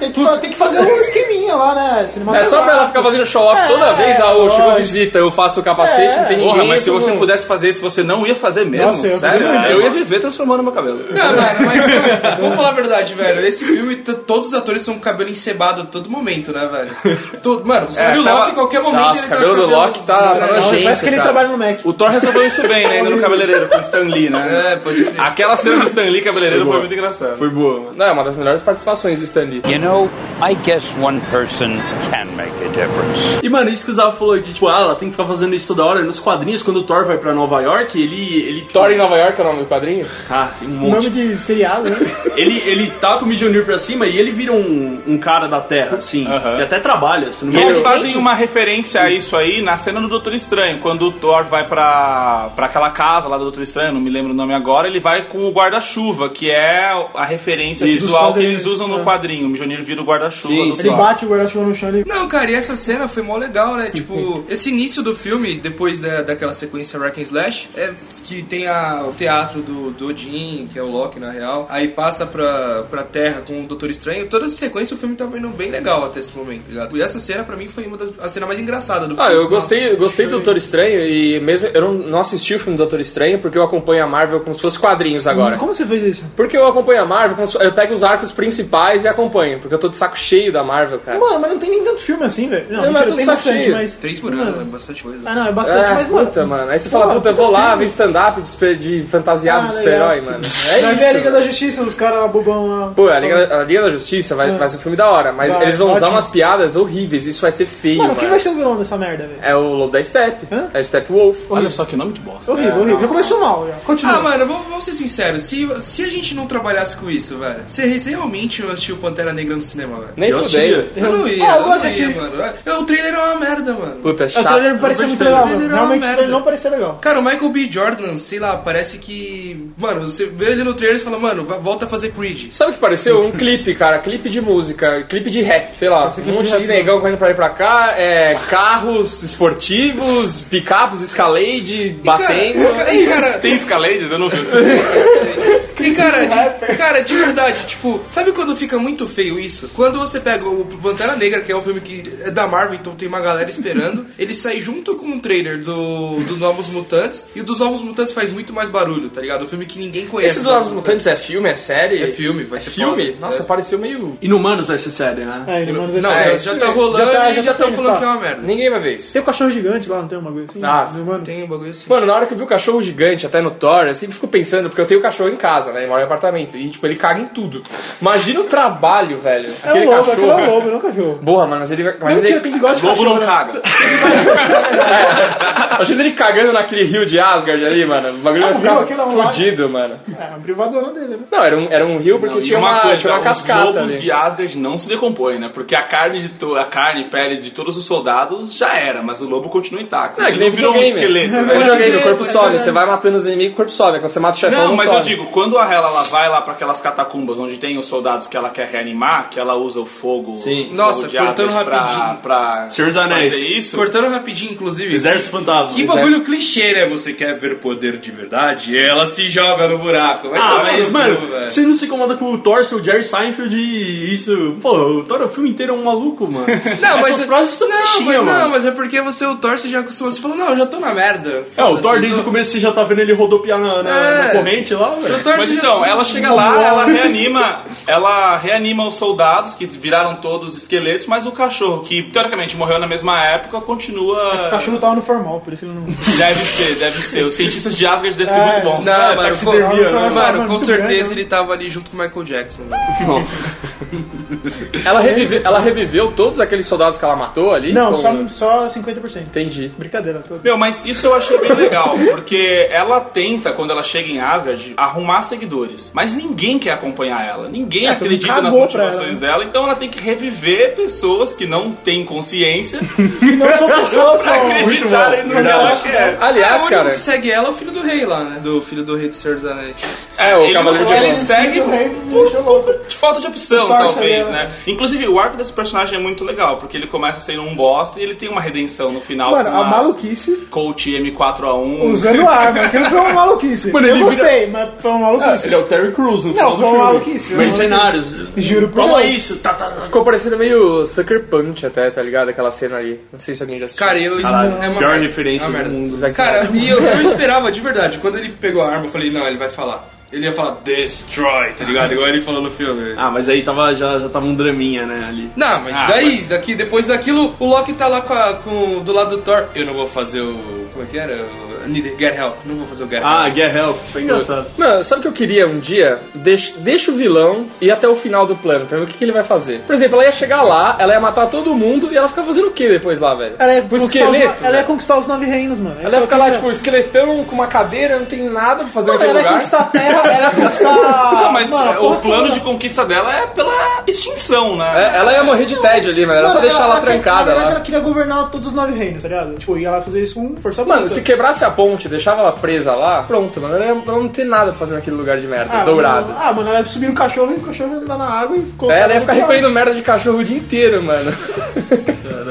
E: tem que, fa- tem que fazer um esqueminha lá, né?
C: É só pra ela ficar fazendo show-off toda
E: É,
C: vez, ah, ô, chegou
E: lógico.
C: visita, eu faço o capacete,
E: É.
C: não tem ninguém.
G: Porra, mas se
C: todo
G: você
C: mundo- É
G: pudesse fazer isso, você não ia fazer mesmo?
E: Nossa, eu
G: Sério?
E: também não ia.
G: Eu ia viver transformando meu cabelo.
A: Não, mano, mas (laughs) não, vamos falar a verdade, velho. Esse filme, t- todos os atores são com o cabelo encebado a todo momento, né, velho? Todo, mano, você
G: É,
A: olha o
G: tava-
A: Loki em qualquer momento.
C: Nossa,
A: ele tá
C: cabelo
A: com
C: do Loki tá, tá
E: Não,
C: nojento,
E: parece que ele
C: cara.
E: trabalha no Mac.
G: O Thor resolveu isso bem, né? Ainda no cabeleireiro, com o Stan Lee, né?
A: É, pode crer.
G: Aquela cena do Stan Lee cabeleireiro é foi muito engraçada.
D: Foi boa, mano.
C: Não, é uma das melhores participações do Stan Lee.
F: You know
H: know, I guess one person can make a difference.
D: E, mano, isso que o Zava falou de, tipo, ah, ela tem que ficar fazendo isso toda hora. Nos quadrinhos, quando o Thor vai pra Nova York, ele... ele
C: Thor em Nova York é o nome do quadrinho?
D: Ah, tem um
E: O
D: monte.
E: nome de seriado, né?
D: Ele, ele taca o Mjolnir pra cima e ele vira um, um cara da Terra, assim, que até trabalha. Se não
G: E
D: me
G: eles
D: engano.
G: fazem uma referência a isso aí na cena do Doutor Estranho, quando o Thor vai pra, pra aquela casa lá do Doutor Estranho, não me lembro o nome agora, ele vai com o guarda-chuva, que é a referência
E: Isso.
G: visual
E: Dos
G: que eles
E: quadrinhos,
G: usam
E: é.
G: no quadrinho. O Mjolnir vira o guarda-chuva
C: Sim,
G: do
E: Ele
G: Thor.
E: bate o guarda-chuva no chão e ele...
A: Não, cara, e essa cena foi mó legal,
C: (laughs)
A: né? Tipo, esse início do filme, depois da, daquela sequência Rack and Slash, é que tem a, o teatro do, do Odin, que é o Loki, na real. Aí passa pra, pra Terra com o Doutor Estranho. Toda essa sequência o filme tava indo bem legal até esse momento, tá ligado? E essa cena, pra mim, foi uma das a cena mais engraçada do filme.
C: Ah, eu gostei, eu gostei do Doutor Estranho e mesmo eu não, não assisti o filme do Doutor Estranho porque eu acompanho a Marvel como se fosse quadrinhos agora.
E: Como você fez isso?
C: Porque eu acompanho a Marvel, como se- eu pego os arcos principais e acompanho, porque eu tô de saco cheio da Marvel, cara.
E: Mano, mas não tem nem tanto filme assim, velho. Não,
C: Não, mas
E: mentira,
C: tudo
E: tem
C: só
E: bastante,
C: cheio.
E: mas...
A: Três por ano, é bastante coisa.
E: Ah, não, é bastante,
C: Ah,
E: mas, mano...
C: puta, mano. Aí você
E: Pô,
C: fala, puta, eu vou
E: puta
C: lá
E: filme.
C: ver stand-up de, super- de fantasiado
E: Ah,
C: de
E: legal.
C: super-herói, mano. É
E: Vai ver a Liga
C: isso.
E: da Justiça, os caras lá bobão lá.
C: Pô, a Liga, a Liga da Justiça vai, vai ser um filme da hora, mas
E: Ah. Vai,
C: eles vão usar
E: ótimo.
C: umas piadas horríveis, isso vai ser feio,
E: Mano,
C: mano.
E: quem vai ser o vilão dessa merda, velho?
C: É o Lobo da Steppe,
E: Hã?
C: é o Step Wolf.
G: Olha só que nome de bosta.
E: Horrível, horrível. Já começou mal, já. Continua.
A: Ah, mano, vamos, vamos ser sinceros. Se, se a gente não trabalhasse com isso, velho, você realmente não assistiu Pantera Negra no cinema, velho?
C: Nem
D: Eu
C: fudei.
D: assistia.
A: Eu não ia,
E: Ah, eu
A: eu
E: gosto
A: não ia,
E: desse-
A: mano. Eu- O trailer é uma merda, mano.
C: Puta,
E: É o trailer
C: chato.
E: não parecia muito
A: trailer. O
E: legal, mano.
A: trailer é uma
E: Realmente o trailer
A: merda.
E: não parecia legal.
A: Cara, o Michael B. Jordan, sei lá, parece que. Mano, você vê ele no trailer e fala, mano, va- volta a fazer Creed.
C: Sabe o que pareceu? Um clipe, cara. Clipe de música, clipe de rap, sei lá. Um monte de negão correndo pra ir pra cá, é, carros esportivos, picapos, escalade, batendo.
A: E, cara, é e, cara,
G: Tem Escalades? Eu não
C: (laughs)
G: vi.
A: e, cara, de, cara, de verdade, tipo, sabe quando fica muito feio isso? Quando você pega o Pantera Negra, que é um filme que é da Marvel, então tem uma galera
C: (laughs)
A: esperando, ele sai junto com o trailer do, do Novos Mutantes, e o dos Novos Mutantes faz muito mais barulho, tá ligado? Um filme que ninguém conhece.
C: Esse dos Novos Mutantes é filme, é série?
A: É filme, vai
C: É
A: ser
C: filme?
A: foda.
C: Nossa,
A: É.
C: pareceu meio...
D: Inumanos vai ser série, né?
E: É, ele
A: Não,
E: manda esse cara.
A: já, já tá rolando
E: Já tá-
A: e
E: já
A: já
E: tá
A: estão falando
E: tá.
A: que é uma merda.
C: Ninguém vai ver isso.
E: Tem o cachorro gigante lá, não tem uma bagulho assim?
C: Ah,
E: Meu mano.
A: Tem um bagulho assim.
C: Mano, na hora que eu vi o cachorro gigante, até no Thor, eu sempre fico pensando, porque eu tenho cachorro em casa, né? Eu moro em apartamento. E, tipo, ele caga em tudo. Imagina o trabalho, velho.
E: É um
C: Aquele
E: lobo, aquilo
C: cachorro.
E: é um lobo, não é um cachorro.
C: Borra, mano, mas ele vai. Imagina
E: Mentira,
C: ele,
E: tem bigode de
G: Globo
E: cachorro.
G: não
E: né?
G: caga.
C: (laughs) imagina ele cagando naquele rio de Asgard ali, mano. O bagulho vai
E: um
C: ficar
E: rio, aquilo é um lago.
C: fudido, mano.
E: É, um privadona dele, né?
C: Não, era um, era um rio porque
G: Não, e
C: tinha, uma, tinha uma
G: os
C: cascata
G: lobos
C: ali.
G: de Asgard não se decompõem, né? Porque a carne de to- a carne e pele de todos os soldados já era, mas o lobo continua intacto.
C: Não, é que
G: Ele
C: nem
G: não virou um
C: videogame.
G: esqueleto,
C: (laughs) Eu
G: né?
C: joguei no
E: (laughs)
C: corpo sobe, você vai matando os inimigos, o corpo sobe. Quando você mata o
D: É,
C: chefão,
G: Não, mas
D: né?
C: sobe.
G: eu digo, quando a Hela ela vai lá pra aquelas catacumbas onde tem os soldados que ela quer reanimar, que ela usa o fogo,
C: Sim.
G: o fogo
A: Nossa,
G: de
A: cortando
G: Asgard pra,
A: rapidinho.
G: pra
D: Senhor dos
G: fazer
D: Anéis.
G: isso.
A: Cortando rapidinho, inclusive.
D: Exército Fantasma.
A: Que bagulho clichê, né? Você quer ver poder de verdade? Ela se joga no buraco. Vai
D: Ah,
A: tomar no
D: mas,
A: cu,
D: mano,
A: é velho.
D: você não se incomoda com o Thor, seu Jerry Seinfeld e isso... Pô, o Thor, o filme inteiro é um maluco,
A: (laughs)
D: mano.
A: Não, mas é-
D: Essas frases são
A: não,
D: fichinha,
A: mas,
D: mano.
A: não, mas é porque você o Thor você já acostuma. Você falou, não, eu já tô na merda.
D: É, o
A: Foda-se, então
D: Thor desde o
A: tô-
D: começo você já tá vendo ele rodopiar na, na- na
A: É.
D: corrente lá, velho.
A: O Thor
G: Mas
A: você já- um
G: então, ela chega lá, ela reanima, ela reanima os soldados que viraram todos esqueletos, mas o cachorro que teoricamente morreu na mesma época
A: (laughs)
E: O
G: continua
E: cachorro tava no formal, por isso ele não.
G: deve ser, deve ser. Os cientistas de Asgard devem ser
E: É.
G: muito bons.
A: Não,
D: Ah,
A: mano, com,
D: taxidermia, né?
A: mano,
E: Tava
A: com
E: muito
A: certeza
E: grande, né?
A: ele tava ali junto com o Michael Jackson. né? velho.
G: é
C: Ela, revive, ela reviveu todos aqueles soldados que ela matou ali?
E: Não,
C: Como-
E: só, só 50%.
C: Entendi.
E: Brincadeira, tô...
G: Meu, mas isso eu achei bem legal, porque ela tenta, quando ela chega em Asgard, arrumar seguidores. Mas ninguém quer acompanhar ela. Ninguém
E: É, todo mundo
G: acredita nas
E: cagou pra
G: motivações dela, então ela tem que reviver pessoas que não têm
E: (laughs)
G: consciência
E: E não são pessoas, são.
G: pra acreditarem no que ela
E: Fantástico.
G: quer.
A: é, o
C: Aliás,
A: único
C: cara,
A: que segue ela é o filho do rei lá, né? Do filho do rei do Senhor dos Anéis.
C: é o
G: Ele-
C: Cavaleiro de
G: ele
C: Bronze.
G: segue
E: O rei me deixou louco.
G: de falta de opção,
E: Torce
G: talvez,
E: ali, né?
G: né? Inclusive, o arco desse personagem é muito legal, porque ele começa sendo um bosta e ele tem uma redenção no final
E: Mano,
G: com
E: a
G: as
E: maluquice
G: Coach M4A1.
D: É,
E: usando arma. Aquilo foi uma maluquice.
D: Mano, ele
E: Eu
D: vira-
E: gostei, mas foi uma
C: Ah,
E: maluquice.
D: Ele é o Terry Crews no
E: Não,
D: final
E: foi
D: do
E: uma
D: filme.
E: maluquice. foi uma
D: Mercenários.
C: um
E: Juro por
D: Toma
E: Deus.
D: isso. Tá, tá, tá.
C: Ficou parecendo meio Sucker Punch até, tá ligado? Aquela cena ali. Não sei se alguém já assistiu.
A: Cara, eu
D: Caralho,
A: é uma
D: pior
A: merda.
D: referência
A: é uma
D: do
A: merda.
D: mundo.
A: (laughs)
C: Zack
A: Cara,
C: Snyder.
A: e eu, eu esperava de verdade. Quando ele pegou a arma, eu falei, não, ele vai falar. Ele ia falar destroy, tá ligado? Igual ele falou no filme.
D: Ah, mas aí tava, já, já tava um draminha, né, ali.
A: Não, mas daí, daqui, depois daquilo, o Loki tá lá com, a- com- do lado do Thor. Eu não vou fazer o. Como é que era? O- Need- Get Help. Não vou fazer o Get
D: Ah,
A: Help.
D: Get Help. Foi engraçado.
C: Mano, sabe o que eu queria um dia? Deixa, deixa o vilão ir até o final do plano pra ver o que, que ele vai fazer. Por exemplo, ela ia chegar lá, ela ia matar todo mundo e ela fica fazendo o que depois lá, velho?
E: Ela é ia,
C: Com
E: conquistar os,
C: um esqueleto?
E: no- ela ia
C: velho?
E: conquistar os nove reinos, mano. É
C: Ela ia ficar lá, tipo, esqueletão com uma cadeira, não tem nada pra fazer
E: Mano,
C: naquele
E: ela é ia
C: lugar.
E: conquistar a terra, ela ia
C: (laughs)
E: conquistar.
G: Ah, mas
E: mano, a
G: é,
E: porra
G: o plano
E: toda.
G: de conquista dela é pela extinção, né?
C: É, Ela ia morrer de tédio ali, mano. Era só
E: Mano,
C: deixar ela
E: quer- Na
C: trancada
E: verdade,
C: lá.
E: ela queria governar todos os nove reinos, tá ligado? Tipo, ia lá fazer isso com força
C: Mano,
E: bruta. Ah,
C: se quebrasse a ponte, deixava ela presa lá, pronto, mano. Ela, ia- ela não tem nada pra fazer naquele lugar de merda,
E: Ah,
C: dourado.
E: mano, ah, mano, ela ia subir no cachorro e o cachorro ia andar na água e colocar.
C: É, ela ia ficar
E: no outro
C: recolhendo merda de cachorro o dia inteiro, mano. (laughs)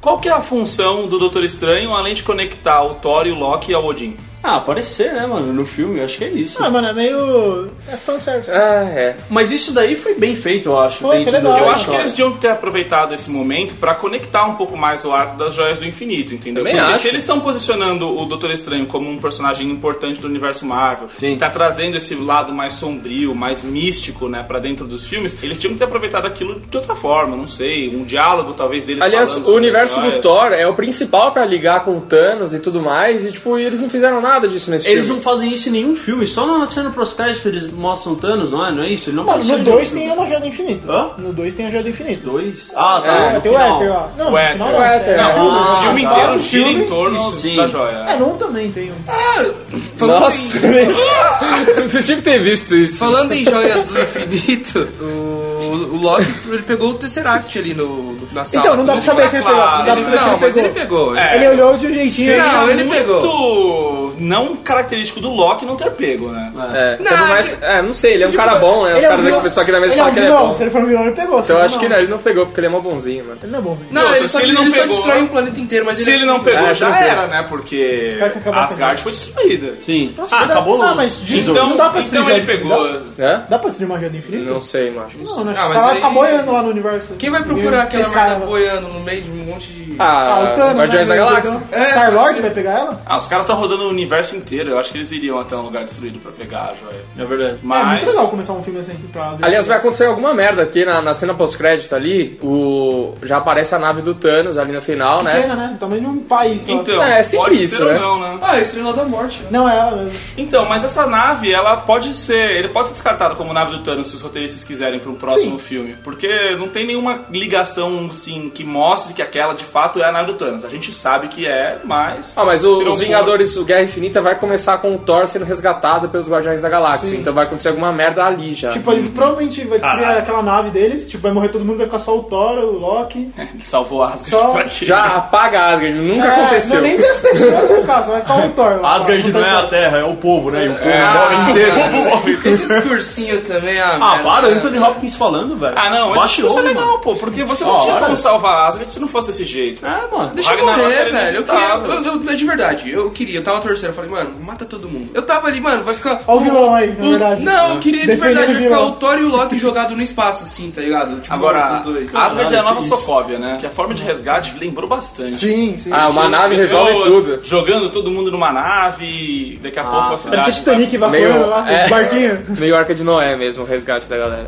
G: Qual que é a função do Doutor Estranho, além de conectar o Thor e o Loki ao Odin?
D: Ah, pode ser, né, mano? No filme, eu acho que é isso.
E: lado. Ah, mano, é meio. É fanservice.
C: Ah, é.
D: Mas isso daí foi bem feito, eu acho.
E: Foi, foi
D: dentro do-
E: legal.
G: Eu
D: da
G: acho que
D: história.
G: eles deviam ter aproveitado esse momento pra conectar um pouco mais o arco das joias do infinito, entendeu?
C: Também
G: Porque
C: acho.
G: se eles estão posicionando o Doutor Estranho como um personagem importante do universo Marvel, que tá trazendo esse lado mais sombrio, mais místico, né, pra dentro dos filmes, eles tinham que ter aproveitado aquilo de outra forma, não sei, um diálogo talvez deles
C: Aliás,
G: falando
C: o
G: sobre
C: universo
G: as
C: do
G: joias.
C: Thor é o principal pra ligar com o Thanos e tudo mais, e tipo, eles não fizeram nada disso nesse
D: Eles
C: filme.
D: não fazem isso em nenhum filme, só na cena prostética eles mostram o Thanos, não é? Não é isso? Ele não
E: Mano,
D: apareceu
E: no
D: em
E: 2
D: nenhum
E: tem a Joia do Infinito.
D: Hã?
E: No 2 tem a Joia do Infinito.
D: Dois? Ah, tá.
C: É,
D: no
E: tem um o
D: final.
E: Éter lá. Não,
G: O
E: no
G: Éter.
E: final
C: O
E: não.
C: Éter,
E: É.
G: Não,
D: Ah,
G: o filme
D: tá.
G: inteiro
E: O
G: gira
E: filme-
G: em torno
D: Sim.
G: da joia.
E: É, não também tem um.
A: Falando
C: Nossa, (laughs)
A: Em,
C: vocês tinham que ter visto isso.
A: falando em joias do infinito, o, o Loki ele pegou o Tesseract ali no, no- na sala.
E: Então, não dá pra
G: Vamos
E: saber se ele
G: lá,
E: pegou. Não dá pra
A: Ele-
E: saber se
A: não,
E: ele
A: mas ele
E: pegou.
A: pegou.
G: É.
E: Ele olhou de um jeitinho.
A: Não,
E: ele-
A: ele
G: muito não característico do Loki não ter pego, né?
C: É,
A: Não,
C: não, mas, é, não sei, ele é um cara bom, né? Os
E: ele é
C: caras
E: um
C: daqui
E: vilão-
C: pessoal aqui da mesa
E: ele é um
C: falam que ele é
E: vilão.
C: bom.
E: Se ele for um vilão, ele pegou.
C: Então eu acho que não,
E: não.
C: ele não pegou porque ele é mó bonzinho, mano.
E: Ele não é bonzinho.
A: Não,
G: Outra,
A: ele só,
G: se ele não
A: ele só
G: pegou-
A: distrai um planeta inteiro, mas
G: Se ele não pegou,
C: É,
G: já
C: não pegou.
G: era, né? Porque
E: caras que acabam
G: Asgard foi destruída.
D: Sim.
E: Nossa,
D: ah,
E: verdade.
D: acabou?
E: Ah, mas de-
G: Então,
E: Não dá pra
G: então
E: destruir
G: ele
E: Asgard,
G: pegou.
C: É?
E: Dá pra destruir uma Joia do Infinito?
C: Não sei, macho.
E: Não, né?
A: Ah, mas
E: ela
A: aí-
E: fica boiando lá no universo.
A: Quem vai
E: E
A: procurar aquela
E: esse cara
A: merda
E: lá-
A: boiando no meio de um monte de.
E: Ah,
C: Ah,
E: o Thanos.
C: Guardiões da
E: né?
C: Galáxia.
A: É,
E: Star-Lord vai pegar ela?
G: Ah, os caras estão rodando o universo inteiro. Eu acho que eles iriam até um lugar destruído pra pegar a joia.
D: É verdade.
E: É
G: Mas.
E: muito legal começar um filme assim pra...
C: Aliás, vai acontecer alguma merda aqui na, na cena pós-crédito ali. O, já aparece a nave do Thanos ali no final, né?
E: Pequena, né? Também num país. só.
G: então,
C: É, é sempre
G: pode
C: isso,
G: ser
C: né?
G: ou não, né?
A: Ah, Estrela da Morte. né?
E: Não é ela mesmo.
G: Então, mas essa nave, ela pode ser. Ele pode ser descartado como nave do Thanos se os roteiristas quiserem pra um próximo filme. Porque não tem nenhuma ligação, assim, que mostre que aquela de fato é a nave do Thanos. A gente sabe que é, mas.
C: Ah, mas o-
G: se não
C: os
G: for-
C: Vingadores o Guerra Infinita vai começar com o Thor sendo resgatado pelos Guardiões da Galáxia. Então vai acontecer alguma merda ali já.
E: Tipo, eles provavelmente vai destruir aquela nave deles, tipo, vai morrer todo mundo, vai ficar só o Thor, o Loki.
G: Ele salvou Asgard.
E: Só-
G: pra quê?
C: já apaga a Asgard, nunca
E: É,
C: aconteceu.
E: Não, nem tem as pessoas no caso, vai ficar o Thor. lá.
D: Asgard não é a Terra, é o povo, né? E o povo
E: Ah,
A: é,
D: morre inteiro.
E: (laughs)
A: Esse discursinho também, ah,
D: Ah,
A: merda,
D: para,
A: cara.
D: Anthony Hopkins falando, velho.
G: Ah, não, mas
D: Baixa o
G: isso é
D: ovo,
G: legal,
D: mano.
G: pô, porque você não
D: Ah,
G: tinha
D: olha.
G: como salvar Asgard se não fosse desse jeito.
D: É, mano.
A: Deixa eu
G: Wagner é uma
A: morrer,
G: série
A: velho. Eu queria. Eu,
G: inacreditável.
A: eu- de verdade, eu queria. Eu tava torcendo. Eu falei, mano, mata todo mundo. Eu tava ali, mano, vai ficar.
E: Ó o vilão aí, na
A: o-
E: verdade.
A: Não, eu queria de
E: Defendendo
A: verdade.
E: o
A: Vai ficar
E: vilão.
A: o Thor e o Loki jogado no espaço, assim, tá ligado? Tipo,
G: Agora,
A: mortos os dois.
G: Asgard é a nova Sokovia, né? Que a forma de resgate lembrou bastante.
E: Sim, sim.
C: Ah, uma
G: As
C: nave
G: pessoas
C: resolve tudo. Ah, tá.
G: Jogando todo mundo numa nave, daqui a pouco a cidade. tá
E: Parece Titanic
G: vai-
E: evacuando lá,
C: é.
E: o barquinho.
C: Meio arca de Noé mesmo, o resgate da galera.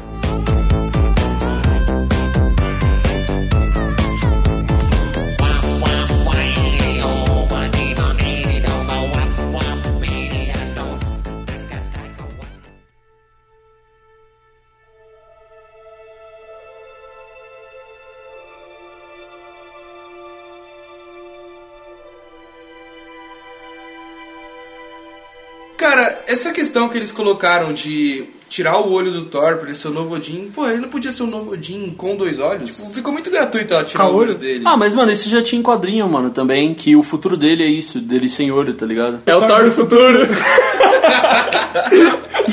A: Cara, essa questão que eles colocaram de tirar o olho do Thor pra ele ser o novo Odin, pô, ele não podia ser o novo Odin com dois olhos? Tipo, ficou muito gratuito ela tirar
E: Com
A: o olho
E: olho?
A: dele.
D: Ah, mas, mano, esse já tinha em quadrinho, mano, também, que o futuro dele é isso, dele sem olho, tá ligado?
C: É o Thor do futuro.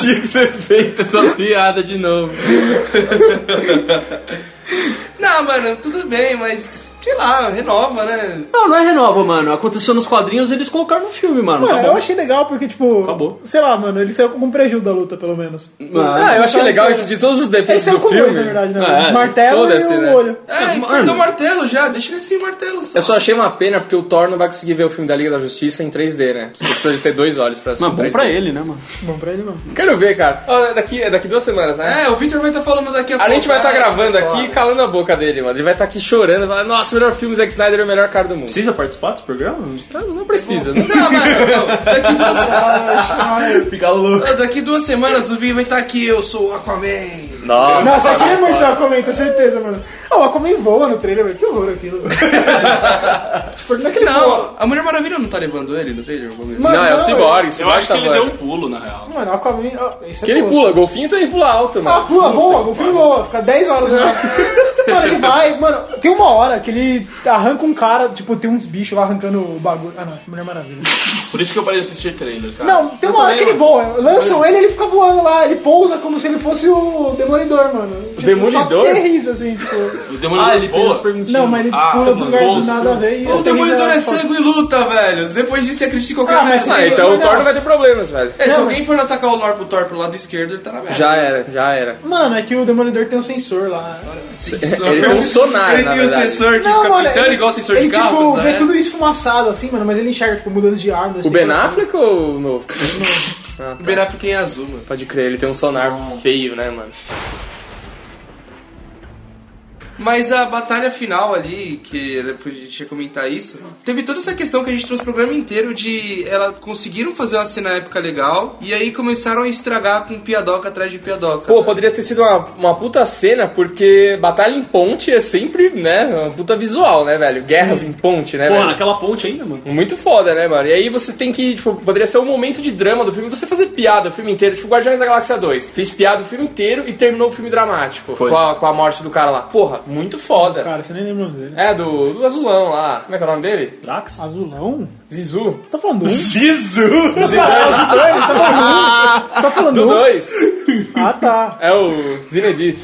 C: Tinha que ser feita essa piada de novo.
A: Não, mano, tudo bem, mas sei lá, renova, né?
D: Não, não é renova, mano. Aconteceu nos quadrinhos, eles colocaram no filme, mano.
E: Mano,
D: tá
E: eu
D: bom.
E: achei legal porque, tipo.
D: Acabou.
E: Sei lá, mano, ele saiu com um prejuízo da luta, pelo menos.
D: é,
C: Ah, eu achei legal que de todos os
E: Ele
C: defeitos do
E: saiu com dois,
C: filme.
E: é na verdade, né?
C: Ah, é.
E: O martelo e
C: Foda-se,
E: o
C: né?
E: olho.
A: É,
D: mano.
A: cortou o martelo já, deixa ele sem martelo. Só.
C: Eu só achei uma pena porque o Thor não vai conseguir ver o filme da Liga da Justiça em 3D, né? Você precisa de ter dois olhos pra assistir.
D: Mas bom
C: 3D.
D: pra ele, né, mano?
E: Bom pra ele não.
C: Quero ver, cara. Ó, é daqui, é daqui duas semanas, né?
A: É, o Victor vai estar falando daqui a pouco.
C: A gente vai estar
A: Ah,
C: gravando
A: isso é
C: aqui
A: foda.
C: calando a boca dele, mano. Ele vai estar tá aqui chorando, falando, nossa, nosso melhor filme, Zack Snyder é o melhor cara do mundo.
D: Precisa participar desse programa?
C: Não, não precisa, né?
A: Não, mano, não. Daqui
C: (laughs)
A: duas,
D: Fica louco.
A: daqui duas semanas o Vini vai estar aqui, eu sou o Aquaman.
D: Nossa.
E: Nossa, aqui é muito Aquaman, tá certeza, mano. Ah, o Aquaman voa no trailer, velho. Que horror aquilo. (laughs) tipo, não é que ele voa.
A: Não, a Mulher Maravilha não tá levando ele no trailer? assim? Vamos ver.
E: Mano,
C: Não, é o Cyborg.
G: Eu acho que ele deu um pulo, na real.
E: Mano, o Aquaman. ó, isso é
C: Que ele
E: tosco.
C: pula, golfinho também pula alto,
E: Ah,
C: mano.
E: pula, voa, o filme voa, fica 10 horas no (laughs) ar. Mano, ele vai, mano, tem uma hora que ele arranca um cara, tipo, tem uns bichos lá arrancando o bagulho. Ah, não, essa Mulher Maravilha.
G: Por isso que eu parei de assistir trailers, cara.
E: Não, tem uma hora que ele voa, lançam ele, ele fica voando lá, ele pousa como se ele fosse o Demolidor, mano. Tipo,
D: Demolidor?
E: Só terris, assim, tipo.
G: O Demolidor
D: Ah, ele fez
G: voa.
D: as perguntinhas.
E: Não, mas ele
G: Ah,
E: pula do
G: tá
E: lugar
G: bom.
E: do nada a ver e.
A: O
E: aterriza-
A: Demolidor é sangue e luta, velho. Depois disso, você acredita em qualquer
E: Ah, mas-
A: merda.
C: Ah, então o Thor não vai ter problemas, velho.
A: É, se alguém for atacar o Lor pro Thor pro lado esquerdo, ele tá na merda.
C: Já era, já era.
E: Mano, é que o Demolidor tem um sensor lá.
A: Sensor.
C: (laughs) Ele tem um sonar,
A: Ele
C: na
A: tem
C: verdade.
A: um sensor de capitão, ele, igual sensor
E: ele,
A: de carros,
E: é tipo,
A: né?
E: vê tudo isso fumaçado, assim, mano, mas ele enxerga, tipo, mudança de arma.
C: O
G: né?
C: Ben Affleck ou o novo? (laughs)
A: O Ben Affleck em azul, mano.
C: Pode crer, ele tem um sonar feio, né, mano?
A: Mas a batalha final ali, que eu podia comentar isso, teve toda essa questão que a gente trouxe o programa inteiro de ela conseguiram fazer uma cena épica legal e aí começaram a estragar com piadoca atrás de piadoca.
C: Pô,
A: né?
C: poderia ter sido uma, uma puta cena, porque batalha em ponte é sempre, né, uma puta visual, né, velho? Guerras em ponte, né,
D: Porra,
C: velho?
D: naquela ponte ainda, mano.
C: Muito foda, né, mano? E aí você tem que, tipo, poderia ser um momento de drama do filme, você fazer piada o filme inteiro, tipo Guardiões da Galáxia 2. Fez piada o filme inteiro e terminou o filme dramático. Com a, com a morte do cara lá. Porra, muito foda.
E: Cara, você nem lembra o nome dele.
C: É, do, do azulão lá. Como é que é o nome dele?
D: Drax?
E: Azulão?
C: Zizu.
E: Tá falando do um? (laughs)
D: Jesus!
E: Tá falando do um? Tá falando
C: Do
E: do um?
C: dois
E: Ah, tá.
C: É o Zinedine.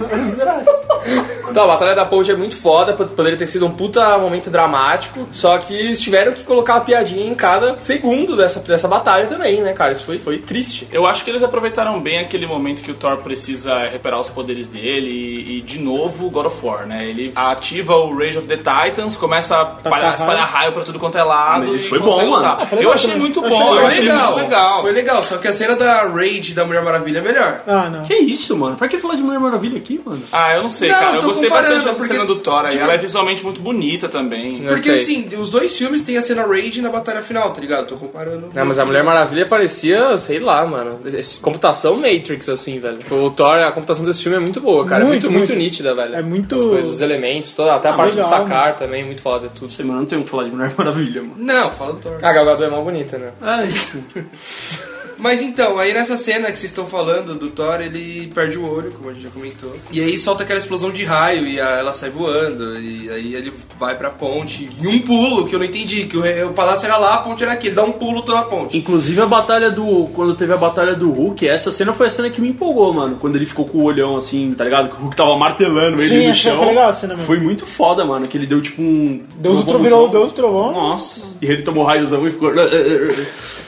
C: Então, a Batalha da Ponte é muito foda, pod- poderia ter sido um puta momento dramático, só que eles tiveram que colocar uma piadinha em cada segundo dessa, dessa batalha também, né, cara? Isso foi, foi triste.
G: Eu acho que eles aproveitaram bem aquele momento que o Thor precisa recuperar os poderes dele e, e, de novo, God of War, né? Ele ativa o Rage of the Titans, começa
D: Tá
G: a espalhar,
E: raio.
G: espalhar raio pra tudo quanto é lado.
D: Mas isso
G: e
D: foi
G: consegue
D: bom, mano.
G: lutar.
D: Ah,
E: foi
G: eu
E: legal
G: achei
E: também.
G: muito
E: Achei
G: bom,
E: legal.
G: eu
A: foi
G: achei
A: legal.
G: muito legal.
A: Foi legal, só que a cena da Raid da Mulher Maravilha é melhor.
E: Ah, não.
D: Que isso, mano? Pra que falar de Mulher Maravilha aqui, mano?
G: Ah, eu não sei,
A: Não,
G: cara. Eu
A: tô
G: gostei
A: comparando,
G: bastante dessa
A: porque-
G: cena do Thor aí.
A: tipo-
G: Ela é visualmente muito bonita também.
A: Porque
C: Gostei.
A: assim, os dois filmes têm a cena Raid na batalha final, tá ligado? Tô comparando.
C: Não, mas a Mulher Maravilha parecia, sei lá, mano, esse- computação Matrix, assim, velho. O Thor, a computação desse filme é muito boa, cara.
E: Muito,
C: Muito, muito,
E: muito.
C: nítida, velho.
E: É muito-
C: As coisas, os elementos, toda, até a
E: Ah,
C: parte do
E: legal,
C: sacar também, muito foda, é tudo.
D: Sei, mano, não tenho o que falar de Mulher Maravilha, mano.
A: Não, fala do Thor.
C: A Gal Gadot é mó bonita, né?
D: É isso.
A: Mas então, aí nessa cena que vocês estão falando do Thor, ele perde o olho, como a gente já comentou. E aí solta aquela explosão de raio e a- ela sai voando. E aí ele vai pra ponte. E um pulo, que eu não entendi, que o, re- o palácio era lá, a ponte era aqui. Ele dá um pulo, tô na ponte.
D: Inclusive a batalha do. Quando teve a batalha do Hulk, essa cena foi a cena que me empolgou, mano. Quando ele ficou com o olhão assim, tá ligado? Que o Hulk tava martelando ele
E: Sim,
D: no
E: achei-
D: chão.
E: foi legal a cena mesmo.
D: Foi muito foda, mano. Que ele deu tipo um.
E: Deus
D: uma
E: do trovão,
D: evolução.
E: Deus do trovão.
D: Nossa. E ele tomou raiozão e ficou.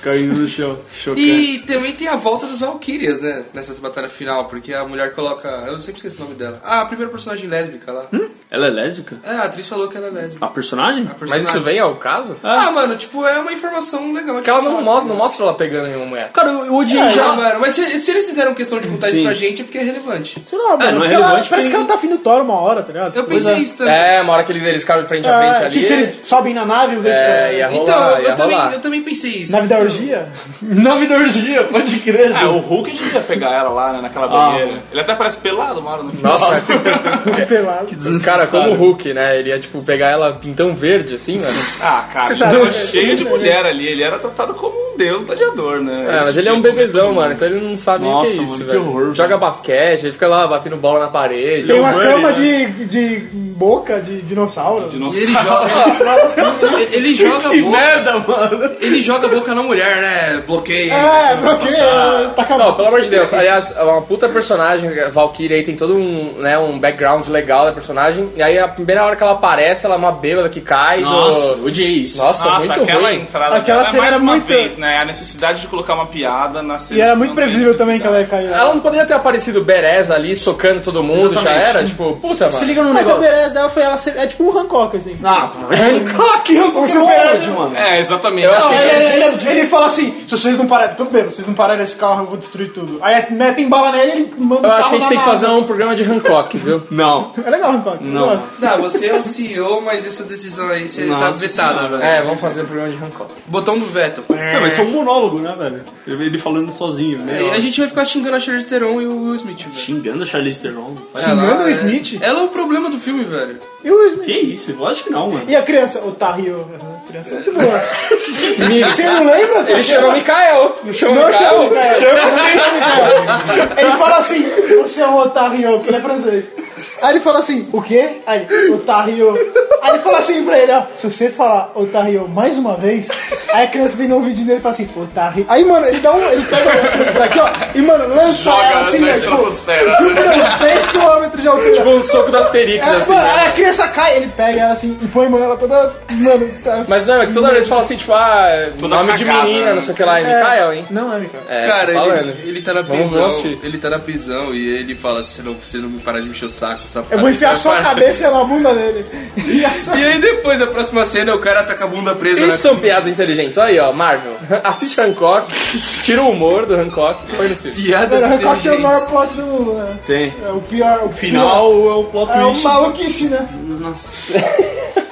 D: caindo no chão. Chocante.
A: E também tem a volta dos Valkyrias, né? Nessa batalha final, porque a mulher coloca. Eu sempre esqueço o nome dela. Ah, a primeira personagem lésbica lá.
D: Ela é lésbica?
A: É, a atriz falou que ela é lésbica.
D: A personagem?
A: A
C: Mas
A: personagem.
C: isso vem ao caso?
A: Ah, mano, tipo, é uma informação legal. tipo, de
C: Porque ela
A: falar,
C: não mostra, não mostra ela pegando nenhuma mulher.
D: Cara, eu, eu odiei
A: tá ligado?
D: já.
A: Já, mano, mas se, se eles fizeram questão de contar
D: Sim.
A: isso pra gente é porque é relevante.
E: Sei lá, mano.
D: não é
E: porque
D: relevante
E: ela- parece
D: porque-
E: que ela tá afim do Thor uma hora, tá ligado?
A: Eu
E: Pois
A: pensei
E: é.
A: isso também.
C: É, uma hora que eles, eles ficaram de frente a frente
E: É,
C: ali.
E: que, que eles sobem na nave e os dois
C: É, ia
E: ficam-
C: rolar.
A: Então, eu,
C: ia
A: eu também,
C: rolar.
A: eu também pensei isso.
E: Nave da (laughs) orgia?
D: Na vidorgia, pode crer. né?
G: Ah, o Hulk devia pegar ela lá, né, naquela banheira. Ele até parece pelado, mano, no filme.
C: Nossa,
E: É, Pelado.
C: cara, como o Hulk, né? Ele ia, tipo, pegar ela pintão verde, assim, mano.
G: Ah, cara,
E: sabe,
G: tava
E: né?
G: cheio de mulher ali. Ele era tratado como um deus gladiador, né?
C: É, mas ele é um bebezão, mano, então ele não sabe nem o que é
D: Nossa,
C: isso,
D: mano, que
C: velho.
D: horror,
C: Joga basquete, ele fica lá batendo bola na parede.
E: Tem uma
D: Bunny,
E: cama de, de boca né? de dinossauro.
A: E ele joga. ele, ele joga a boca.
D: Merda, mano.
A: Ele joga a boca na mulher, né? Bloqueia.
E: É, bloqueia, taca a
C: Não,
E: mão.
C: pelo amor de Deus, aliás, é uma puta personagem, a Valkyrie aí tem todo um, né, um background legal da personagem, e aí a primeira hora que ela aparece, ela é uma bêbada que cai
D: Nossa,
C: do...
D: odiei isso.
C: Nossa,
G: Nossa,
C: muito
G: aquela
C: ruim.
G: entrada
E: Aquela
G: dela é
E: cena
G: mais
E: era
G: uma
E: muito-
G: vez, né? A necessidade de colocar uma piada na cena.
E: E era
G: que
E: muito
G: não tem
E: previsível também que ela é- ia
G: necessidade.
E: cair.
C: Ela não poderia ter aparecido Berez ali, socando todo mundo, já
D: Exatamente.
C: era, tipo, puta, mano.
D: Se liga num
E: Mas a
D: negócio.
E: Berez sucesso dela foi ela ser. É tipo um Hancock, assim.
C: Ah, (laughs)
D: Hancock, Hancock
E: super-herói.
D: mano.
G: É, exatamente. Eu acho
E: Não,
G: que
E: ele, ele- ele fala assim: se vocês não pararem, tudo bem, vocês não pararem esse carro, eu vou destruir tudo. Aí metem bala nele ele manda
C: Eu
E: o
C: acho que a
E: carro
C: gente tem que
E: na
C: fazer um programa de Hancock, viu?
D: Não.
E: nave. É legal, Hancock. Não.
A: Não, você é o CEO, mas essa decisão aí você tá vetada, velho.
C: É, vamos fazer um programa de Hancock.
A: Botão do veto.
D: Não, mas é um monólogo, né, velho? Ele falando sozinho,
A: E
D: né?
A: a gente vai ficar xingando a Charlize Theron e o Will Smith, velho.
D: Xingando a Charlize Theron.
E: Xingando
A: Ela
E: o
A: é-
E: Smith?
A: Ela é o problema do filme, velho.
E: E o Smith?
D: Que isso? Eu acho que não, mano.
E: E a criança? O Tarrio. Essa criança é muito
C: (laughs)
E: boa. Você não lembra?
C: Ele chama Mikael. Não chama
E: Não chama o
C: Mikael?
E: Mikael. Ele fala assim, você é um otário, que ele é francês. Aí ele fala assim, o quê? Aí, ele, otário. Aí ele fala assim pra ele, ó, se você falar otário mais uma vez, aí a criança vem no ouvidinho dele e fala assim, otário. Aí, mano, ele dá um, ele pega a criança por aqui, ó, e, mano, lança ela assim, né, tipo, uns 10 km de altura.
C: Tipo um soco das
E: É,
C: Asterix, assim.
E: mano,
C: né?
E: aí a criança cai, ele pega ela assim, e põe, mano, ela toda, mano, tá...
C: Mas não, é que toda vez fala assim, tipo, ah, nome de
G: cagada,
C: menina,
G: né?
C: não sei o que lá, é Mikael, hein?
E: Não é, Mikael.
C: É,
A: Cara,
C: tô falando.
A: ele, ele tá na
C: Vamos
A: prisão.
C: assistir.
A: Ele tá na prisão e ele fala: se não, você não me parar de mexer o saco, sabe?
E: Eu vou
C: é
E: enfiar sua cabeça na bunda dele. E a sua
A: E aí depois, na próxima cena, o cara tá com a bunda presa.
C: Isso
A: Né?
C: são piadas inteligentes. Olha aí, ó, Marvel. (laughs) Assiste Hancock, tira o humor do Hancock, põe no filme.
A: Piadas
E: Mano, Hancock é o
A: inteligentes.
E: maior plot do mundo, né?
D: Tem.
E: É o pior. O
D: Final é o plot
E: pior- É o
D: twist.
E: maluquice, né?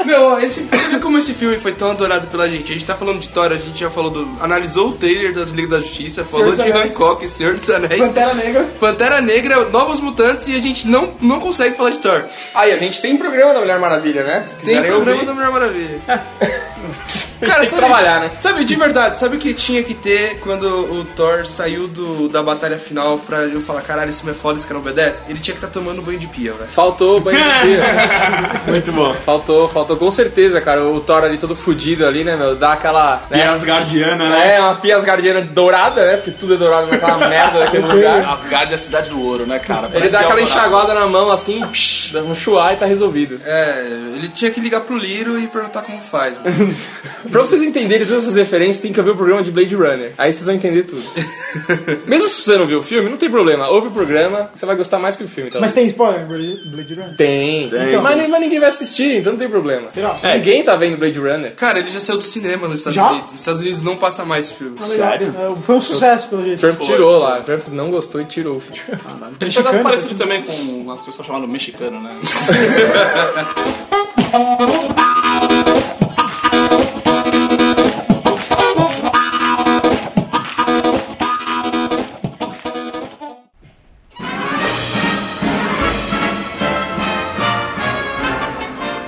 A: Meu, esse, você vê como esse filme foi tão adorado pela gente. A gente tá falando de Thor, a gente já falou do. Analisou o trailer da Liga da Justiça, falou
E: dos
A: de
E: Anéis.
A: Hancock, Senhor dos Anéis,
E: Pantera Negra.
A: Pantera Negra, Novos Mutantes e a gente não, não consegue falar de Thor.
C: Aí, a gente tem programa da Mulher Maravilha, né? Se
A: Tem
C: quiserem
A: programa
C: ouvir.
A: da Mulher (laughs) Maravilha. Cara,
C: Tem que trabalhar, né?
A: Sabe, de verdade, sabe o que tinha que ter quando o Thor saiu do, da batalha final pra eu falar, caralho, isso me é foda, esse cara não obedece? Ele tinha que estar tomando banho de pia, velho.
C: Faltou banho de pia.
D: Muito bom.
C: Faltou, faltou com certeza, cara. O Thor ali todo fudido ali, né, meu? Dá aquela.
D: E
C: Né?
D: as guardianas, né?
C: É, uma pia asgardiana dourada, né? Porque tudo é dourado naquela merda (laughs) daquele lugar.
G: Asgard é a cidade do ouro, né, cara?
C: Ele
G: Parece
C: dá aquela
G: Alvorada.
C: enxaguada na mão assim, psh, dá um chuá e tá resolvido.
A: É, ele tinha que ligar pro Liro e perguntar como faz, (laughs) mano.
C: Pra vocês entenderem todas essas referências, tem que ver o programa de Blade Runner. Aí vocês vão entender tudo. (laughs) Mesmo se você não viu o filme, não tem problema. Ouve o programa, você vai gostar mais que o filme. Então.
E: Mas tem spoiler, Blade Blade Runner?
C: tem. Então, mas, mas ninguém vai assistir, então não tem problema.
E: Será?
C: É, Ninguém tá vendo Blade Runner.
A: Cara, ele já saiu do cinema nos Estados
E: Já?
A: Unidos. Nos Estados Unidos não passa mais esse filme.
E: Sério? Tá foi um sucesso, pelo jeito.
C: Trump tirou lá. Trump não gostou e tirou o filme.
G: Ele já tá parecido também com uma pessoa chamada mexicano, né?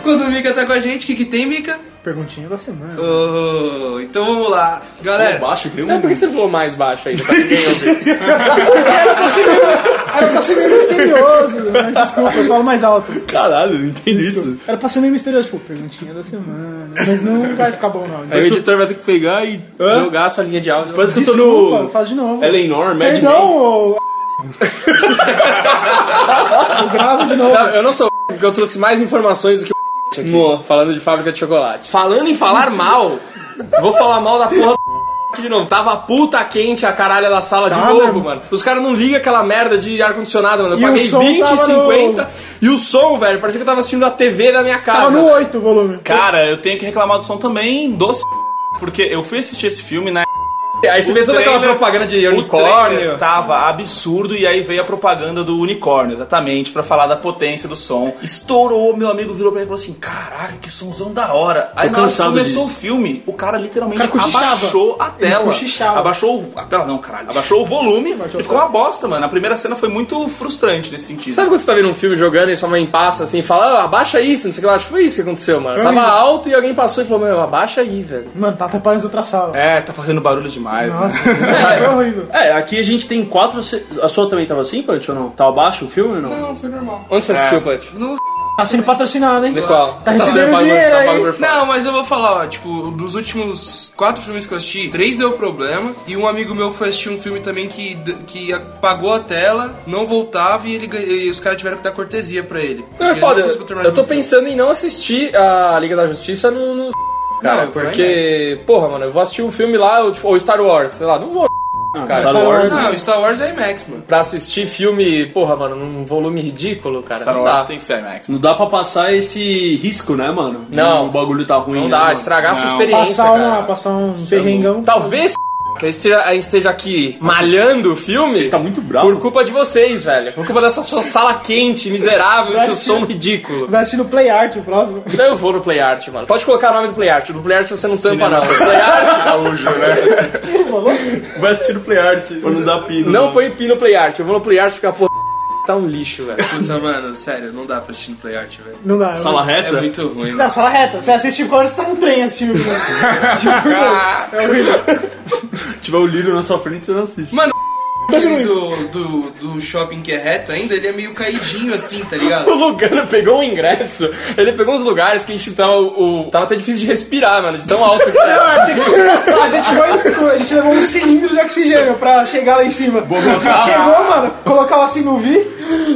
A: Quando o Mika tá com a gente, o que, que tem, Mika?
E: Perguntinha da semana.
A: Oh, então vamos lá. Galera,
D: Baixo, que nem
C: Então, por que você falou mais baixo (laughs) aí? Pra ninguém ouvir?
E: Ela tá sendo, (laughs) ela tá sendo meio misterioso. né? Mas desculpa, eu falo mais alto.
D: um- Caralho, não entendi isso.
E: Ela tá sendo meio misterioso, tipo, perguntinha da semana. Mas não vai ficar bom, não.
C: aí o editor vai ter que pegar e jogar a sua linha de áudio.
D: Parece que eu É tô
E: Desculpa,
D: no. É
E: faz de novo.
D: Eleanor, Mad Men.
E: Perdão, (laughs) ô... Eu gravo de novo.
C: Sabe, eu não sou (laughs) porque eu trouxe mais informações do que o (laughs) aqui, falando de fábrica de chocolate. Falando em falar mal, vou falar mal da porra do (laughs) de novo. Tava puta quente a caralha da sala de
E: Tá,
C: novo,
E: mesmo.
C: mano. Os caras não ligam aquela merda de ar-condicionado, mano. Eu
E: E o
C: paguei
E: som
C: 20 e
E: tava no-
C: 50 e o som, velho, parecia que eu tava assistindo a TV da minha casa.
E: Tava no 8 o volume.
G: (laughs) Cara, eu tenho que reclamar do som também do c... porque eu fui assistir esse filme, né?
C: Aí você
G: O
C: vê toda aquela
G: trailer-
C: propaganda de
G: o
C: unicórnio.
G: trailer tava absurdo e aí veio a propaganda do unicórnio, exatamente, pra falar da potência do som. Estourou, meu amigo virou pra mim e falou assim: "Caraca, que somzão da hora". Aí
D: Tô
G: na hora que
D: cansado
G: começou
D: disso.
G: o filme, o cara literalmente
E: O cara cochichava.
G: abaixou a
E: Ele
G: tela.
E: cochichava.
G: Abaixou o- a tela não, caralho. Abaixou o volume e ficou uma bosta, mano. A primeira cena foi muito frustrante nesse sentido.
C: Sabe quando você tá vendo um filme jogando e sua mãe passa assim e fala, "Ah, abaixa isso, não sei o que lá. Acho que foi isso que aconteceu, mano.
E: Foi
C: Tava
E: horrível.
C: alto e alguém passou e falou, meu, abaixa aí, velho.
E: Mano, tá atrapalhando outra sala.
G: É, tá fazendo barulho demais.
E: Nossa,
G: Né?
E: foi horrível.
D: É, aqui a gente tem quatro. se- A sua também tava assim, Punch, ou não? Tava baixo o filme ou não?
C: Onde você assistiu, Punch?
E: Tá sendo patrocinado, hein?
C: De qual?
E: Tá recebendo
C: sendo pago-
E: dinheiro aí.
C: pago por fora.
A: Não, mas eu vou falar, ó, tipo, dos últimos quatro filmes que eu assisti, três deu problema. E um amigo meu foi assistir um filme também que, que apagou a tela, não voltava e, ele, gan- e os caras tiveram que dar cortesia pra ele.
C: Não, é
A: Ele
C: foda.
A: conseguiu terminar
C: Eu
A: de
C: tô
A: ver o filme.
C: pensando em não assistir a Liga da Justiça no. no- Cara,
A: Não, vai
C: porque. Porra, mano, eu vou assistir um filme lá, ou, tipo, ou Star Wars, sei lá, não vou.
D: Ah,
A: Cara,
C: Star Wars-
A: Não, Star Wars é IMAX, mano.
C: Pra assistir filme, porra, mano, num volume ridículo, cara.
G: Star
C: não
G: Wars
C: dá.
G: tá. tem que ser IMAX.
D: Não dá pra passar esse risco, né, mano? De
C: Não.
D: O bagulho tá ruim.
C: Não
D: né,
C: dá,
D: mano?
C: estragar a sua
G: Não.
C: experiência,
E: Passar, uma,
C: cara.
E: passar um perrengão.
C: Talvez que eu esteja, eu esteja aqui malhando o filme
D: Tá muito bravo.
C: por culpa de vocês, velho. Por culpa dessa sua sala quente, miserável,
E: Vai
C: seu
E: assistir-
C: som ridículo.
E: Vai assistir no Play Art o próximo.
C: Então eu vou no Play Art, mano. Pode colocar o nome do Play Art. No Play Art você não tampa, não. Play (laughs) Art,
E: Ele falou?
D: Vai assistir no Play né? Art pra não dar pino.
C: não põe pi no Play Art. Eu vou no Play Art porque a porra tá um lixo, velho.
A: Puta, mano, sério, não dá pra assistir no Play Art, velho.
E: Não dá.
D: Sala reta?
A: É muito ruim,
E: Não,
A: mano.
E: sala reta. Você assiste quando você tá no trem assistindo. Juro por Deus. É horrível.
D: Se tiver o Lírio na sua frente, você não assiste.
A: Aquele Do, do, do shopping que é reto ainda, ele é meio caidinho assim, tá ligado?
C: (laughs) O Lugano pegou um ingresso, ele pegou uns lugares que a gente tava. O, tava até difícil de respirar, mano, de tão alto que era.
E: Ah, tinha que ser- A gente foi, a gente levou um cilindro de oxigênio pra chegar lá em cima. a gente chegou, mano, colocava assim no vi,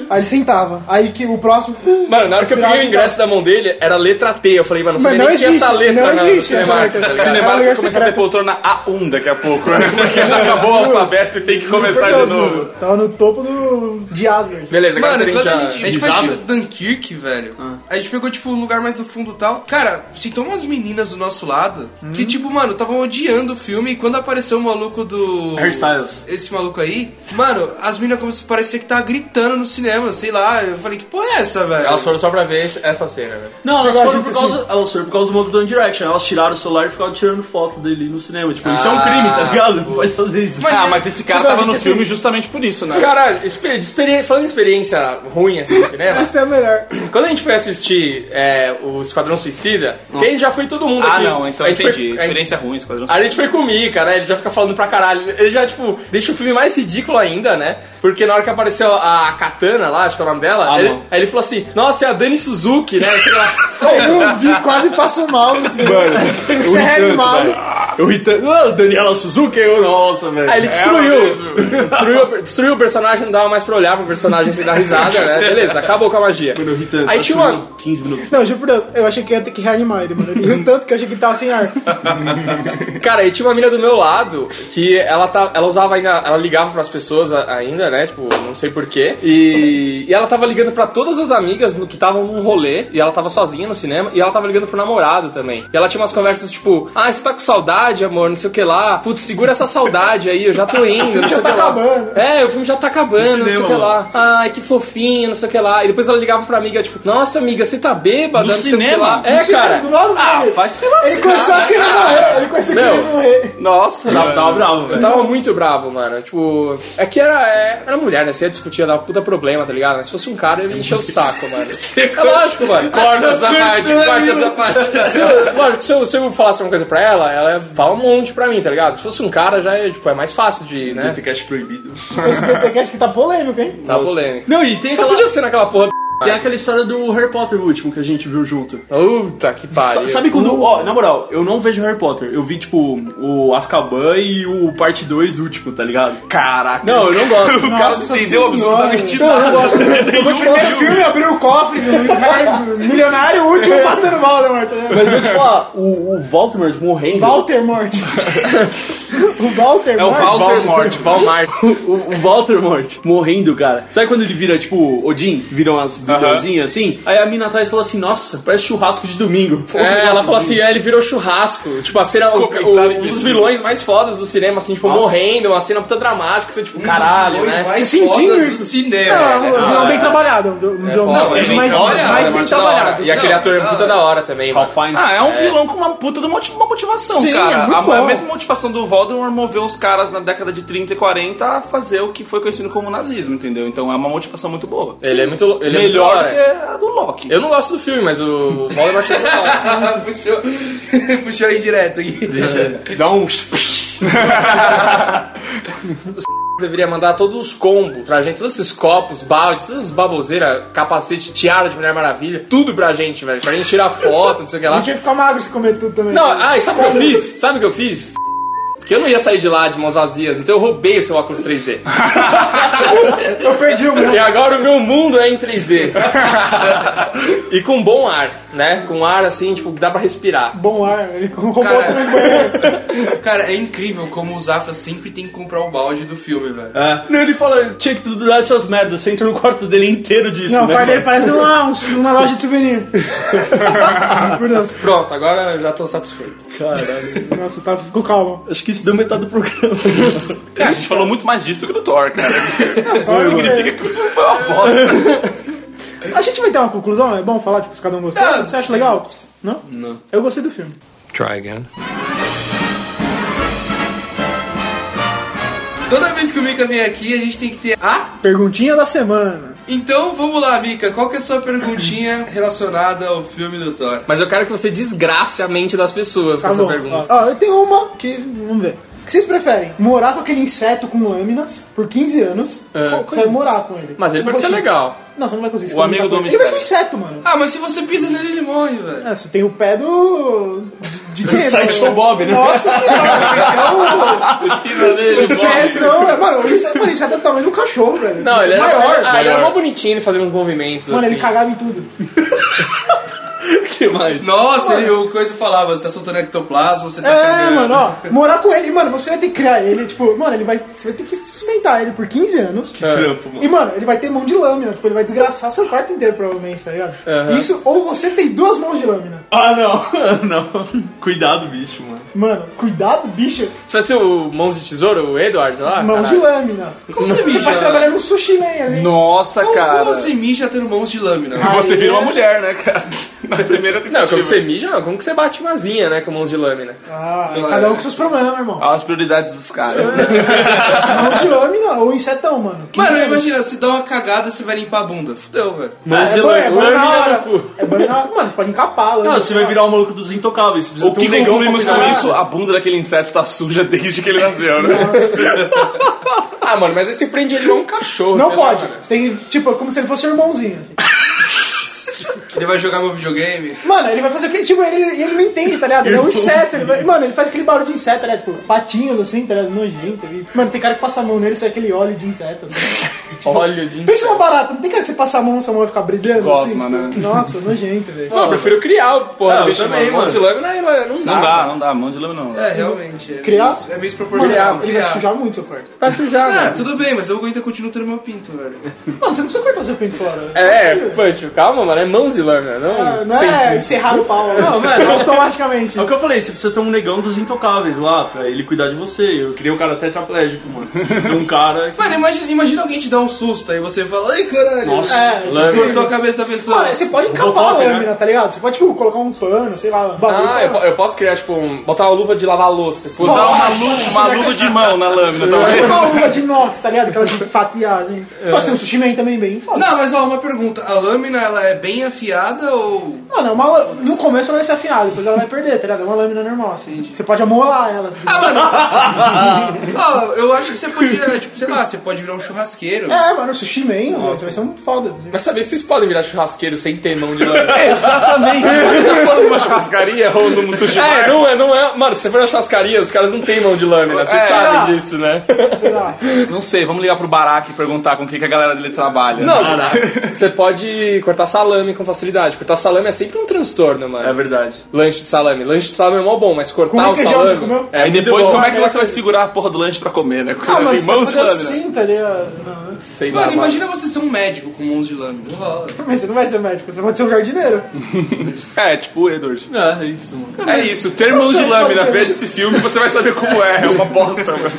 E: aí ele sentava. Aí que o próximo.
C: Mano, na hora que eu peguei o ingresso da mão dele, era letra T. Eu falei, mano, não
E: Mas
C: sabia
E: não
C: nem que tinha
E: existe,
C: essa letra
E: não
C: na
E: existe essa
C: Cinemark.
E: letra.
C: tá
E: É
C: ligado?
E: um
G: Cinemark
E: lugar
G: vai começar a ter
E: secreto.
G: poltrona A1 daqui a pouco, né? Porque já acabou o alfabeto e tem que começar de novo.
E: Tava no topo do. de Asgard.
C: Beleza, agora
A: Mano,
C: Tá a gente Ah.
A: quando
C: já...
A: a gente, a gente foi assistir Dunkirk, velho, a gente pegou, tipo, um lugar mais no fundo e tal. Cara, sentou umas meninas do nosso lado
C: Hum.
A: que, tipo, mano, estavam odiando o filme. E quando apareceu o maluco do.
D: Hairstyles.
A: Esse maluco aí, mano, as meninas como se parecia que tava gritando no cinema, sei lá. Eu falei, que porra é essa, velho?
C: Elas foram só pra ver esse- essa cena, velho.
D: Não, elas
E: Agora,
D: foram, por
E: gente,
D: causa, elas foram por causa do modo do One Direction. Elas tiraram o celular e ficaram tirando foto dele no cinema. Tipo, isso é um
C: Ah,
D: crime, tá ligado? Não pode fazer isso.
A: é
G: Ah, mas esse cara tava
A: tipo,
G: no filme justamente por isso, né?
C: Caralho, experi- experi- falando em experiência ruim assim no
E: (laughs)
C: cinema,
E: Essa é a melhor.
C: quando a gente foi assistir é, o Esquadrão Suicida, quem já foi todo mundo
G: Ah,
C: aqui.
G: não, então
C: A gente
G: entendi.
C: foi- a gente-
G: Experiência ruim, Esquadrão
C: A gente foi comigo, cara, né? ele já fica falando pra caralho. Ele já, tipo, deixa o filme mais ridículo ainda, né? Porque na hora que apareceu a Katana lá, acho que é o nome dela,
D: Ah,
C: ele,
D: não.
C: aí ele falou assim: Nossa, é a Dani Suzuki, né? Sei lá.
E: Eu vi, quase passo mal nesse Mano, Tem que ser reanimado.
D: Eu irritando. Ah, Daniela Suzuki, eu, nossa, velho. É,
C: Aí ele destruiu. Destruiu, destruiu o personagem, não dava mais pra olhar pro personagem sem dar risada,
D: (laughs)
C: né? Beleza, acabou com a magia.
D: Mano, eu irritando.
C: Aí
D: Acho
C: tinha
D: que
C: uma.
D: uns 15 minutos.
E: Não, juro por Deus, eu achei que ia ter que reanimar ele, mano. Ele riu tanto que eu achei que ele tava sem ar.
C: Cara, e tinha uma mina do meu lado que ela, tá, ela usava ainda. Ela ligava pras pessoas a- ainda, né? Tipo, não sei porquê. E, e ela tava ligando pra todas as amigas no, que estavam num rolê. E ela tava sozinha no cinema. E ela tava ligando pro namorado também. E ela tinha umas conversas tipo: Ah, você tá com saudade, amor? Não sei o que lá. Putz, segura essa saudade aí, eu já tô
E: (laughs)
C: indo, não sei o que
E: tá
C: lá.
E: acabando.
C: É, o filme já tá acabando, não sei o que lá. Ai, que fofinho, não sei o que lá. E depois ela ligava pra amiga, tipo: Nossa, amiga, você tá bêbada,
G: No
C: não sei o que
G: cinema?
C: lá.
G: No
C: É, cara.
E: Do lado
G: Ah,
E: dele.
G: vai se lá.
E: Ele começou a querer morrer. É, Ele começou a querer
C: Meu.
E: morrer.
G: Nossa,
D: Tava, tava bravo,
C: Eu
D: velho.
C: tava muito bravo, mano. Tipo, é que era, é- era mulher, né? Você ia discutir, ia dar puta problema, tá ligado? Mas se fosse um cara, ele encheu o saco, mano. É lógico, mano.
G: Corta essa parte, corta essa parte.
C: Se eu, lógico, se eu, se eu falasse uma coisa pra ela, ela fala um monte pra mim, tá ligado? Se fosse um cara, já é, tipo, é mais fácil de, né?
D: Podcast proibido.
E: Esse TT acho que tá polêmico, hein?
C: Tá polêmico.
D: Não, e tem
C: Só
D: aquela,
C: podia ser naquela porra
D: tem aquela história do Harry Potter o último que a gente viu junto.
C: do... Puta que pariu.
D: Sabe
G: Uh.
D: quando. Ó, na moral, eu não vejo Harry Potter. Eu vi, tipo, o Azkaban e o parte 2 último, tá ligado?
G: Caraca.
C: Não, eu não gosto.
G: (laughs) o cara não entendeu absolutamente nada.
C: eu não gosto. Eu vou te falar-
E: O filme abriu o cofre, vai- milionário último matando Walter (laughs) Morte.
D: Mas eu te falar, o, o Voldemort morrendo.
E: Walter (laughs) Morte. O Walter
C: É o
E: Morte.
C: Walter Morte, Valmart.
D: o, o Voldemort morrendo, cara. Sabe quando ele vira, tipo, Odin? Viram as bidãozinhas assim? Aí a mina atrás falou assim: Nossa, parece churrasco de domingo.
C: É, ela falou assim, é, ele virou churrasco. Tipo, a cena, o, o- um dos vilões mais fodas do cinema, assim, tipo, morrendo, uma cena puta dramática, você, tipo, caralho,
A: Os dois
C: né?
A: Um mais
E: Se sentindo
A: fodas
C: (laughs)
E: isso.
A: do cinema.
E: Não,
A: velho.
E: não,
C: é.
E: bem trabalhado. Não,
C: foda,
A: é bem
E: mas,
A: trabalhado,
E: mas
A: é
E: bem
A: muito
C: Da hora.
E: trabalhado.
C: E aquele
A: Não,
C: ator é
A: da
C: puta
A: hora.
C: da hora também, mano.
G: Ah, é um vilão com uma puta de moti- uma motivação,
E: Sim,
G: cara.
E: é muito
G: a, a
E: bom.
G: mesma motivação do Voldemort moveu os caras na década de 30 e 40 a fazer o que foi conhecido como nazismo, entendeu? Então é uma motivação muito boa.
C: Ele é muito, ele é muito da
G: Melhor
C: hora.
G: que a do Loki.
C: Eu não gosto do filme, mas o Voldemort é muito da hora. (laughs)
A: Ah, (laughs) puxou, (laughs) puxou aí direto aqui.
D: Dá um.
C: Deveria mandar todos os combos pra gente, todos esses copos, baldes, todas essas baboseiras, capacete, tiara de Mulher Maravilha, tudo pra gente, velho. Pra gente tirar foto, não sei o que
E: A
C: lá.
E: gente ia ficar magro se comer tudo também.
C: Não, ah, e sabe o que eu fiz? Sabe o que eu fiz? Que eu não ia sair de lá de mãos vazias, então eu roubei o seu óculos 3D.
E: (laughs) Eu perdi o meu.
C: E agora o meu mundo é em 3D. e com bom ar, né? Com ar assim, tipo, dá pra respirar.
E: Bom ar, ele roubou
A: Cara.
C: (laughs)
E: também banheiro.
A: Cara, é incrível como o Zafra sempre tem que comprar o balde do filme, velho.
D: É. Não, ele fala, tinha que durar essas merdas, você entra no quarto dele inteiro disso,
E: Não, o
D: né?
E: pai dele parece uma, um, uma loja de souvenir. (laughs) Por Deus.
C: Pronto, agora eu já tô satisfeito.
D: Caralho.
E: Nossa, tá, ficou calma.
D: Acho que isso deu metade do programa.
G: É, a gente falou muito mais disso do que do Thor,
D: (laughs)
G: cara.
E: Olha,
G: Significa que foi uma bosta.
E: é. (laughs) A gente vai ter uma conclusão? É bom falar, tipo, se cada um gostou?
A: Ah,
E: Você acha
A: sim.
E: legal? Não? Não. Eu gostei do filme.
C: Try again.
A: Toda vez que o Mika vem aqui, a gente tem que ter a
E: Perguntinha da semana.
A: Então vamos lá, Mika. Qual que é a sua perguntinha
E: (laughs)
A: relacionada ao filme do Thor?
C: Mas eu quero que você desgrace a mente das pessoas com
E: Tá
C: essa
E: bom.
C: pergunta.
E: Ó, eu tenho uma que. Vamos ver. O que vocês preferem? Morar com aquele inseto com lâminas por 15 anos?
C: É.
E: Ou você vai morar com ele?
C: Mas ele
E: Não
C: parece ser
E: vai-
C: legal.
E: Não, você não vai conseguir.
G: O amigo do
E: homem.
G: Homem
E: Ele
G: de
E: vai ser um
G: Ferro.
E: inseto, mano.
A: Ah, mas se você pisa nele, ele morre, velho.
E: É, você tem o pé do. De quê?
D: Sideshow Bob, né?
E: Nossa senhora, o pezão. Mano, o inseto, mano, o inseto é do tamanho de um cachorro, velho.
C: Não, ele era
E: maior.
C: Ah, ele era mó bonitinho, ele fazia uns movimentos
E: Mano,
C: assim.
E: ele cagava em tudo.
A: Nossa, ele, o coisa falava, você tá soltando ectoplasma, você tá
E: É,
A: cagando.
E: mano, ó. Morar com ele, mano, você vai ter que criar ele. Tipo, mano, ele vai. Você vai ter que sustentar ele por 15 anos.
G: É.
D: Trampo, mano.
E: E, mano, ele vai ter mão de lâmina. Tipo, ele vai desgraçar seu quarto inteiro, provavelmente, tá ligado?
C: Aham.
E: Isso, ou você tem duas mãos de lâmina.
D: Ah, não. não. Cuidado, bicho, mano.
E: Mano, cuidado, bicho.
C: Se fosse o Mãos de Tesouro, o Edward lá.
E: mão
C: Ah, caralho.
E: de lâmina.
A: Como você né?
E: Você
A: mija?
E: pode trabalhar num sushi man assim. ali.
G: Nossa,
A: Como,
G: cara.
A: como você mija tendo mãos de lâmina?
E: Ah,
G: Você vira uma
E: é?
G: mulher, né, cara? Na primeira
C: Não,
G: tentativa.
C: quando você mija, não, como que você bate uma zinha, né, com mãos de lâmina?
E: Ah,
A: Não,
E: cada
A: é.
E: um com seus problemas, irmão.
C: Ah.
G: Olha as prioridades dos caras. né?
E: Mão de lâmina ou insetão, mano. Que
A: Mano,
E: inferno.
A: imagina, se dá uma cagada, você vai limpar a bunda. Fudeu, velho.
D: Mas
E: é,
D: ele
E: banho, é banho na
D: lâmina
E: hora.
D: no cu.
E: É banho na hora. Mano, você pode encapar a
D: Não,
E: lâmina.
D: você vai virar o maluco dos intocáveis. Precisa
G: O
D: ter um
G: que
D: negão
G: concluímos
D: pra
G: com
D: cuidar.
G: isso? A bunda daquele inseto tá suja desde que ele nasceu, né?
C: Ah, mano, mas aí você prende ele igual um cachorro.
E: Não
C: sei
E: pode.
D: né?
C: Lá, mano.
E: Você tem que- tipo, como se ele fosse um irmãozinho, assim.
A: Ele vai jogar meu videogame?
E: Mano, ele vai fazer aquele. Tipo, ele, ele não entende, tá ligado? Ele é um inseto. Ele vai- mano, ele faz aquele barulho de inseto, tá ligado? Tipo, patinhos assim, tá ligado? Nojento. E, mano, tem cara que passa a mão nele e sai aquele óleo de inseto. Assim.
C: Olha de.
E: Pensa numa barata, não tem cara que você passa a mão e sua mão vai ficar brilhando assim?
G: Gosma,
E: Tipo, Nossa, nojento, velho.
C: Não, eu prefiro criar o porra
D: Ah,
C: do
D: eu
C: bicho,
D: também,
C: mano. Mãos de
D: mano.
C: lâmina ela- não dá.
G: Não dá, não dá. Mão de lâmina não.
A: É, realmente. É
E: Criar?
A: meio- É meio
E: Mano,
A: desproporcional.
E: ele vai sujar muito seu quarto.
C: Pra sujar,
A: Ah,
C: mano.
A: tudo bem, mas eu ainda continuo tendo meu pinto, velho.
E: Mano, você não precisa cortar seu pinto fora. né?
C: É, Pancho, calma, mano. É mãos de lâmina, não.
E: Ah, Não
C: sem-
E: é encerrar é o pau.
D: Não, mano.
E: Automaticamente.
D: É o que eu falei, você precisa ter um negão dos intocáveis lá, pra ele cuidar de você. Eu queria um cara tetraplégico, mano. Tem um cara que...
A: Mano, imagina, imagina alguém te dar um susto, aí você fala, ai caralho,
E: É, tipo,
D: lâmina.
A: cortou a cabeça da pessoa.
E: Mano, você pode encapar a
D: Robocop, né?
E: lâmina, tá ligado? Você pode, tipo, colocar um pano, sei lá, um bagulho.
C: Ah, eu, po- eu posso criar, tipo, um, botar uma luva de lavar louça. Assim.
G: Botar uma
E: tipo,
G: luva, uma luva de mão na lâmina, tá
E: (laughs)
G: talvez.
E: Colocar uma luva de inox, tá ligado? Aquelas de fatiar, assim. Pode ser um sushi man também, bem foda.
A: Não, mas ó, uma pergunta. A lâmina, ela é bem afiada ou...
E: Mano, é uma lã- no começo ela vai ser afinada, depois ela vai perder, tá ligado? É uma lâmina normal, assim. Você pode amolar ela. assim.
A: Ah, mano... Ó, Ah, eu acho que você podia, tipo, sei lá, você pode virar um churrasqueiro.
E: É, mano, sushi man, mano, você vai ser um foda. assim.
C: Mas sabia que vocês podem virar churrasqueiro sem ter mão de lâmina?
G: Exatamente. Você tá falando de uma churrascaria ou num sushi
C: é,
G: bar?
C: não é, não é. Mano, se você for na churrascaria, os caras não têm mão de lâmina. Vocês
G: É.
C: sabem disso, né?
E: Sei lá.
G: Não sei, vamos ligar pro Barack e perguntar com quem que a galera dele trabalha.
C: Não, você- (laughs) você pode cortar salame com facilidade. Cortar salame é sempre um transtorno, mano.
D: É verdade.
C: Lanche de salame. Lanche de salame é mó bom, mas cortar
E: Como é
C: o
E: que já onde
C: salame.
E: comeu?
C: É
G: Aí
C: muito
G: depois,
C: bom.
G: como é que você vai segurar a porra do lanche pra comer, né? Porque
E: Ah,
G: você
E: mano,
G: tem
E: você pode
G: mãos né? de
E: fazer
G: lâmina.
E: assim, tá ligado? Não.
C: Sei lá,
A: Mano,
C: mano.
A: imagina você ser um médico com mãos de lâmina. Não rola.
E: Mas você não vai ser médico, você pode ser um jardineiro.
G: É, tipo o Edward.
D: É, é isso, mano.
G: É isso, ter mãos de
E: Vocês
G: lâmina.
E: sabem.
G: Veja esse filme e você vai saber como é. É uma bosta, mano.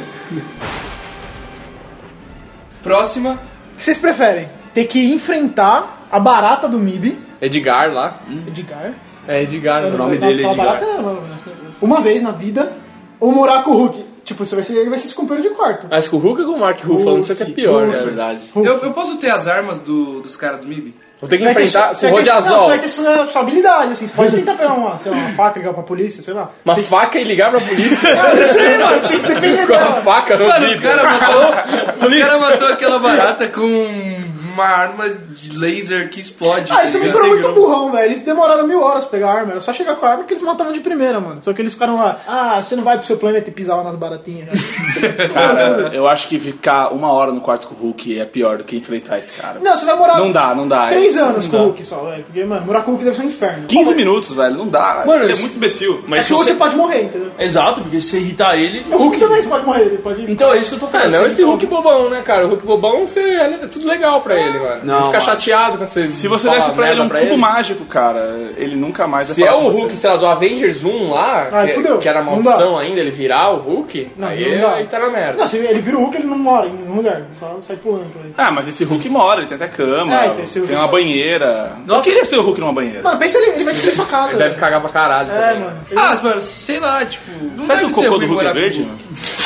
A: Próxima.
E: O que vocês preferem? Ter que enfrentar a barata do MIB,
C: É Edgar lá.
E: Edgar.
C: É Edgar, o nome
E: Nossa,
C: dele é
E: falar
C: Edgar.
E: barata é uma- Uma vez na vida, ou morar com o Hulk. Tipo, você vai ser, ele vai ser esse companheiro de quarto.
C: Mas com o Hulk ou com o Mark Ruffalo, não sei o que é pior,
E: Hulk.
C: cara.
D: Verdade.
A: Eu, eu posso ter as armas do- dos caras do MIB?
C: Vou ter que
E: Você vai ter
C: enfrentar
E: su-
C: com
E: você
C: o
E: vai ter- não,
C: Rodiazol.
E: Você vai ter sua, sua habilidade, assim. Você pode tentar pegar uma, sei lá, uma faca, ligar pra polícia, sei lá.
C: Uma faca e ligar pra
E: (laughs)
C: polícia (laughs)
E: Ah, não sei, mano, você tem que se defender
C: com a
E: dela.
C: faca no (laughs)
A: Mano, os
C: vidro.
A: caras matou, os cara matou aquela barata com um uma arma de laser que explode. tá
E: Ah, eles também
A: entendeu?
E: foram muito burrão, velho. Eles demoraram mil horas pra pegar a arma. Era só chegar com a arma que eles matavam de primeira, mano. Só que eles ficaram lá, ah, você não vai pro seu planeta e pisar lá nas baratinhas.
G: Cara, eu acho que ficar uma hora no quarto com o Hulk é pior do que enfrentar esse cara.
E: não, você vai morar
G: Não dá, não dá.
E: três
G: Não
E: anos
G: dá.
E: com o Hulk só, velho. Porque, mano, morar com o Hulk deve ser um inferno.
G: 15 minutos, velho, não dá.
D: Mano,
G: ele é
D: esse-
G: muito imbecil.
E: Mas
D: Mas
E: é
D: se
E: que você
D: você...
E: pode morrer, entendeu?
D: Exato, porque se irritar ele...
E: É O Hulk também você pode morrer, ele pode...
D: Então é isso que eu tô
C: Ah,
D: falando.
C: não
D: Se
C: esse
D: ele-
C: Hulk bobão, né, cara? O Hulk bobão você, é tudo legal pra ele, mano.
D: Não,
C: ele fica
D: mano.
C: chateado quando você.
G: Se você
C: fala
G: desse pra
C: merda
G: ele um
C: pra
G: cubo mágico, cara, ele nunca mais
C: Se
G: vai
C: é
G: falar
C: o
G: com você.
C: Hulk, sei lá, do Avengers 1 lá,
E: Ah,
C: que, é-
E: fudeu.
C: que era
E: Não
C: maldição ainda, ele virar o Hulk,
E: Não,
C: aí,
E: não dá.
C: aí tá na merda.
E: Não, se ele vira o Hulk, ele não mora em nenhum lugar. Ele Só sai pulando por aí.
G: Ah, mas esse Hulk mora, ele tem até cama,
E: É, então esse Hulk
G: tem uma
E: só-
G: banheira. Não queria ser o Hulk numa banheira.
E: Mano, pensa ele, ele vai destruir sua casa.
C: Ele deve
E: velho.
C: cagar pra caralho
E: É,
C: também.
E: mano. Ele-
A: Ah, mano, sei lá, tipo. Não
G: Será
A: deve
G: que o
A: ser
G: cocô
A: ruim
G: do Hulk
A: morar
G: é
A: com
G: verde?
A: o Hulk.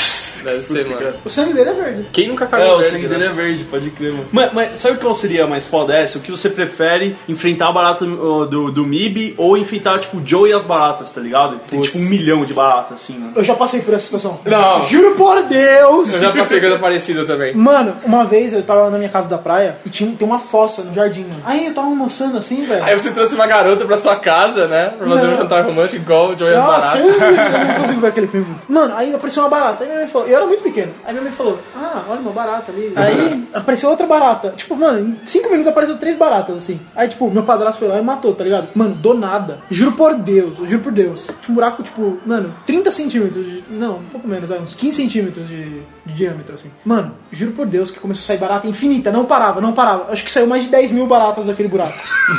C: Deve ser, mano.
E: O sangue dele é verde.
C: Quem nunca
D: É,
C: cagou
D: o
C: verde,
D: sangue
C: né?
D: dele é verde, pode crer, mano. Mas, mas sabe qual seria a mais foda essa? O que você prefere enfrentar a barata ó, do, do MIB ou enfrentar, tipo, o Joe e as baratas, tá ligado? Tem, tipo, um milhão de baratas, assim, mano.
E: Eu já passei por essa situação.
C: Não.
E: Juro por Deus!
D: é
C: Eu já passei coisa parecida
D: (laughs)
C: também.
E: Mano, uma vez eu tava na minha casa da praia e tinha, tem uma fossa no jardim, mano. Aí eu tava almoçando assim, velho.
C: Aí você trouxe uma garota pra sua casa, né? Pra fazer um
E: Não.
C: jantar romântico igual o Joey e as
E: Nossa, eu,
C: Baratas.
E: eu não
C: (laughs)
E: consigo ver aquele filme. Mano, aí apareceu uma barata. Aí minha mãe falou, eu era muito pequeno. Aí minha mãe falou, ah, olha uma barata ali. Aí apareceu outra barata. Tipo, mano, em cinco minutos apareceu três baratas, assim. Aí, tipo, meu padrasto foi lá e matou, tá ligado? Mano, do nada. Juro por Deus, eu juro por Deus. Tinha um buraco, tipo, mano, 30 centímetros de. Não, um pouco menos, vai, uns 15 centímetros de, de diâmetro, assim. Mano, juro por Deus que começou a sair barata infinita. Não parava, não parava. Acho que saiu mais de 10 mil baratas daquele buraco.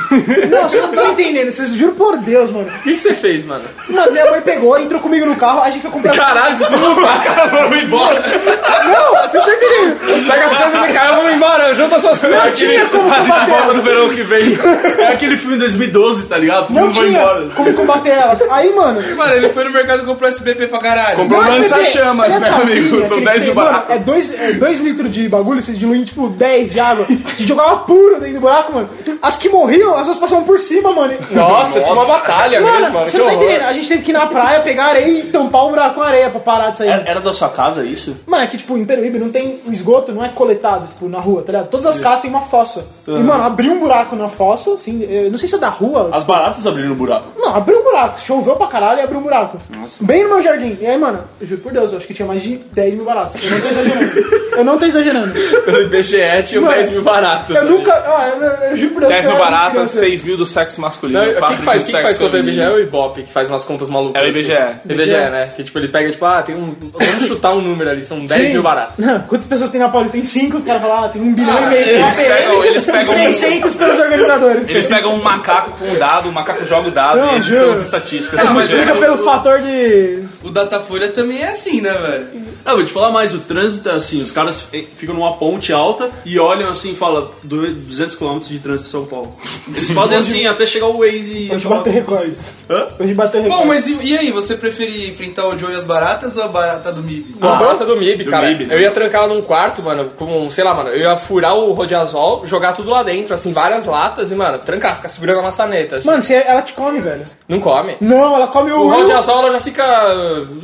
E: (laughs) não, vocês não estão entendendo. Vocês juro por Deus, mano.
C: O que, que você fez, mano?
E: Mano, minha mãe pegou, entrou comigo no carro, a gente foi comprar.
C: (laughs) Caralho, vocês não os caras foram embora.
E: Não, você não tá entendendo?
C: Pega as coisas do cara, vamos embora, junta suas coisas.
E: Não tinha como combater
D: Volta no
E: elas.
D: verão que vem. É aquele filme de 2012, tá ligado? Todo
E: Não
D: mundo vai embora.
E: tinha como combater elas. Aí, mano.
A: Mano, ele foi no mercado e comprou SBP pra caralho.
G: Comprou
E: não é
G: lança
E: SBP,
G: chamas,
E: é
G: né,
E: tampinha,
G: amigo?
E: aquele
G: São
E: que
G: 10
E: você-
G: mil
E: mano,
G: baratas.
E: É 2 é dois litros de bagulho, você dilui em, tipo 10 de água. A gente jogava puro dentro do buraco, mano. As que morriam, as pessoas passavam por cima, mano.
C: Nossa, tinha uma batalha mesmo, mano. Que
E: você não tá
C: horror.
E: entendendo? A gente teve que ir na praia, pegar areia e tampar o buraco com areia pra parar de sair.
G: É.
D: Era, era da sua casa isso?
E: Mano, é que, tipo, em Peruíbe não tem... O esgoto não é coletado, tipo, na rua, tá ligado? Todas as casas têm uma fossa. E, mano, abriu um buraco na fossa, assim... Eu não sei se é da rua...
D: As baratas abriram o buraco.
E: Não, abriu um buraco. Choveu pra caralho e abriu um buraco. Bem no meu jardim. E aí, mano, eu juro por Deus, eu acho que tinha mais de 10 mil baratos. Eu não tô exagerando. eu não tô
G: (laughs)
E: exagerando.
C: Pelo IBGE tinha
E: Mano,
C: 10 mil baratas.
E: Eu nunca... Ah, eu, eu, eu juro por Deus
G: 10
E: que eu era
G: mil
E: muito
G: baratas,
E: criança.
G: 6 mil do sexo masculino.
C: Não, o que,
G: quatro
C: que faz,
G: do
C: quem que
G: sexo
C: faz contra o IBGE é
G: feminino.
C: o Ibope, que faz umas contas malucas.
G: É o IBGE.
C: Assim. IBGE,
G: é,
C: né? Que tipo, ele pega, tipo, ah, tem um. Vamos chutar um número ali, são 10
E: Sim.
C: mil baratos.
E: Não, Quantas pessoas tem na Paulista? Tem 5, os caras falam, ah, tem um bilhão e meio.
G: eles
E: Ah, tem
G: pegam- eles pegam-
E: 600 pelos organizadores.
G: Eles pegam um macaco com um dado, o macaco joga o dado,
E: Não,
G: e esses
E: juro.
G: são as estatísticas. do IBGE.
E: Multiplica pelo fator de...
A: O Datafolha também é assim, né, velho?
D: Ah, vou te falar mais, o trânsito é assim, os caras eh, ficam numa ponte alta e olham assim e falam "Du- 200 km de trânsito em São Paulo. Eles fazem assim até chegar o Waze e...
E: Hoje bateu recorde.
D: Hã?
E: Hoje bateu recorde.
A: Bom, mas e, e aí, você preferia enfrentar o Joe e as baratas ou a barata do Mib?
E: Ah,
C: A barata do MIB, cara.
D: MIB, né?
C: Eu ia trancar ela num quarto, mano, com, sei lá, mano, eu ia furar o rodiazol, jogar tudo lá dentro, assim, várias latas e, mano, trancar, ficar segurando a maçaneta. assim.
E: Mano, se ela te come, velho.
C: Não come.
E: Não, ela come
C: O
E: o...
C: rodiazol, ela já fica.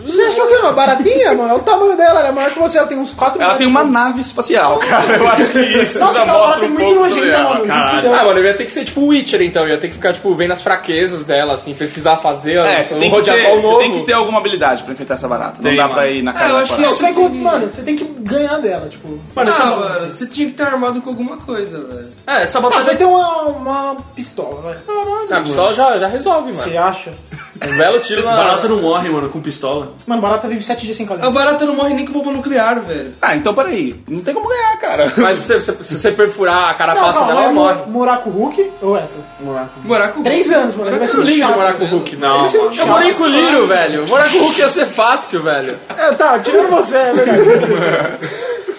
E: Você acha que é o quê? Uma baratinha, mano? Olha O tamanho dela ela é maior que você, ela tem uns 4
G: Ela tem uma nave espacial, (laughs) cara. Eu acho que isso
E: Nossa,
G: já
E: aquela
G: mostra
E: barata é
G: um
E: muito
G: pouco sobre
E: nojenta,
G: ela.
E: mano.
D: caralho.
E: Muito
C: Ah, mano, eu ia ter que ser tipo Witcher, então. Eu ia ter que ficar, tipo, vendo as fraquezas dela, assim, pesquisar, fazer
G: É,
C: assim,
G: você
C: um
G: tem, que ter,
C: rodiazol
G: você
C: novo.
G: tem que ter alguma habilidade pra enfrentar essa barata.
D: Tem,
G: Não dá
D: mano.
G: pra ir na cara
A: eu
G: da
A: acho que
G: barata.
E: Você vai com- mano, você tem que ganhar dela, tipo.
A: Ah,
D: Mano, essa,
A: mano, você tinha que estar armado com alguma coisa, velho.
D: é, essa
E: Tá,
D: batalha...
E: você vai ter uma, uma pistola, vai.
C: Ah, só já, já resolve, mano.
E: Você acha?
C: Um belo tiro na.
D: Barata não morre, mano, com pistola.
E: Mano, barata vive 7 dias sem
A: A
E: calor.
A: barata não morre nem com bomba nuclear, velho.
G: Ah, então peraí. Não tem como ganhar, cara.
C: (laughs) Mas se, se- se você perfurar a carapaça dela, ela morre.
E: Morar com o Hulk ou essa?
A: Morar com o
E: Três
A: Hulk.
E: anos, mano. Ele vai
A: Morar
E: ser
A: com o
E: um
C: Eu ligo de
E: chato.
C: morar com o Hulk,
E: Ele
C: não.
E: vai ser um
C: Eu
E: chato.
C: morei com o Liro, velho. Morar com o Hulk ia ser fácil, velho.
E: É, tá, tirando você, é verdade.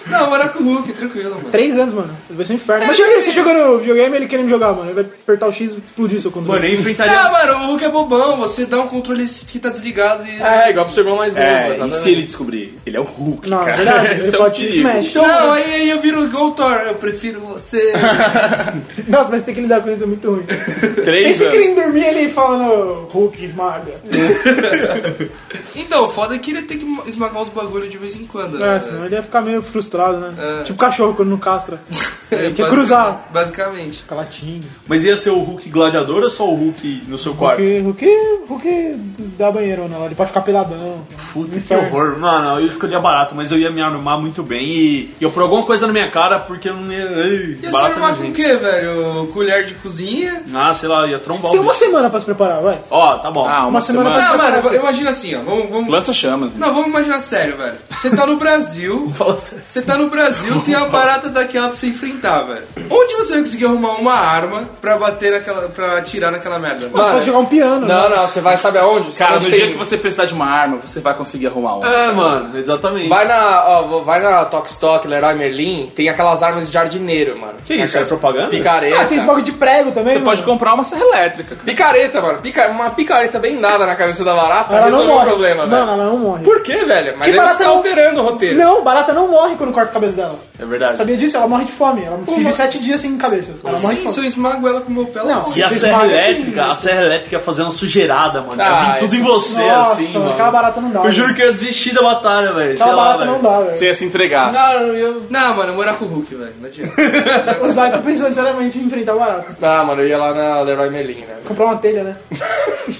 A: Não, morar com o Hulk, tranquilo, mano.
E: Três anos, mano. Ele vai ser um inferno. Mas chega aí, você jogando videogame, ele querendo jogar, mano. Ele vai apertar o X e explodir seu
G: é.
E: controle.
D: Mano, eu enfrentaria...
A: Ah, mano, o Hulk é bobão, você dá um controle que tá desligado e.
C: É, igual pro seu irmão mais novo.
G: É, e
C: exatamente.
G: se ele descobrir? Ele é o Hulk,
E: Não, é
G: cara. (laughs)
E: verdade, ele
G: Isso é um
E: pode
G: perigo.
E: smash.
A: Não, aí, aí eu viro o Goltor, eu prefiro
E: (laughs)
A: você.
E: Nossa, mas tem que lidar com isso, é muito ruim.
G: Três
E: Esse
G: anos.
E: querendo dormir, ele falando Hulk esmaga.
A: Então, o foda é que ele tem que esmagar uns bagulho de vez em quando. né,
E: É, senão
A: velho?
E: ele ia ficar meio frustrado. castrado,
A: É.
E: né? Tipo cachorro quando não
A: (laughs)
E: castra. Ele quer
A: basic-
E: cruzar.
A: Basicamente.
E: Fica latindo.
D: Mas ia ser o Hulk gladiador ou só o Hulk no seu quarto?
E: Porque o que, o que dá banheiro lá? Ele pode ficar peladão.
D: Puta que horror, mano. Eu escolhia barato, mas eu ia me arrumar muito bem e eu por alguma coisa na minha cara, porque eu não ia. Ei,
A: Ia se
D: barato
A: armar
D: não,
A: com o
D: gente.
A: quê, velho? Colher de cozinha?
D: Ah, sei lá, ia trombar
E: Você
D: o
E: tem uma
D: bicho.
E: semana pra se preparar, vai.
D: Ó, tá bom.
G: Ah, uma,
E: Uma semana
G: semana.
A: Não, mano, eu- eu imagino assim, ó. Vamos, vamos...
G: Lança chamas.
A: Não, vamos imaginar sério, velho. Você tá no Brasil.
D: (laughs) Fala sério.
A: Você tá no Brasil, tem uma barata daquela pra você enfrentar, velho. Onde você vai conseguir arrumar uma arma pra bater naquela. pra atirar naquela merda? velho?
E: Pode jogar um piano. né?
C: Não, não, você vai, sabe aonde? Sabe
G: Cara,
C: onde
G: no dia que você precisar de uma arma, você vai conseguir arrumar uma.
D: É, mano, exatamente.
C: Vai na, ó, vou- vai na Tokstok, Leroy Merlin, tem aquelas armas de jardineiro, mano.
D: Que isso, é propaganda?
C: Picareta.
E: Ah, tem esse bagulho de prego também.
G: Você
E: mano.
G: pode comprar uma serra elétrica. cara.
C: Picareta, mano. Pica- Uma picareta bem dada na cabeça da barata
E: Ela não
C: resolveu
E: morre.
C: o problema,
E: não,
C: velho.
E: ela não morre.
C: Por quê, velho? Mas
E: Que
C: ele
E: barata
C: está
E: não-
C: alterando o roteiro.
E: Não, barata não morre quando corta a cabeça dela.
D: É verdade.
E: Sabia disso? Ela morre de fome. Ela
C: Uma-
E: vive sete dias sem cabeça. Ela morre de
A: Sim, se eu
E: fome.
A: esmago ela com o meu pé, ela
E: Não,
A: morre.
D: E a
E: Você
D: serra
E: esmaga assim,
D: elétrica,
E: né?
D: a serra elétrica fazendo sujeirada, mano.
C: Ah,
D: Ia vir tudo
C: isso-
D: em você,
E: Nossa,
D: assim,
E: mano,
D: mano.
E: aquela barata não dá. né?
D: Eu juro que eu ia desistir da batalha, velho. Sei
E: Aquela
D: lá,
E: barata não
D: velho.
E: dá, velho.
G: Você ia se entregar.
C: Não, eu...
A: Não, mano, morar com o Hulk, velho. Não adianta.
E: O Zay tá pensando seriamente em enfrentar a barata.
C: Ah, mano, eu ia lá na Leroy Merlin, né?
E: Comprar uma telha, né?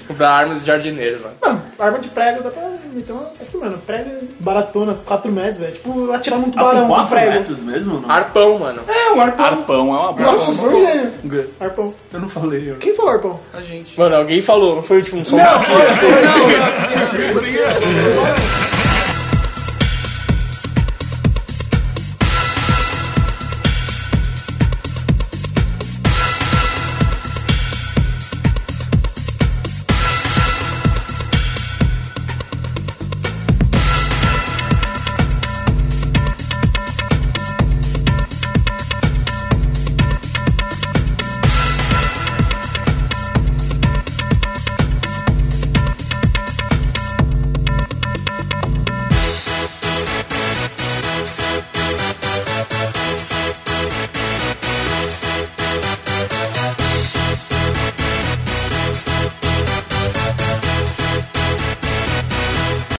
C: Comprar armas de jardineiro, mano.
E: Mano, arma de prego dá pra meter uma... Isso aqui, mano, prego baratona, 4 metros, velho. Tipo, atirar num
D: Ah,
E: tubarão
D: com
E: com
D: quatro
E: prego.
D: metros mesmo? Não?
C: Arpão, mano.
A: É, um arpão.
G: Arpão é uma boa.
E: Nossa, isso foi um gênio. Arpão.
D: Eu não falei, eu.
E: Quem falou arpão?
A: A gente.
C: Mano, alguém falou, não foi tipo um som.
A: Não, não, não.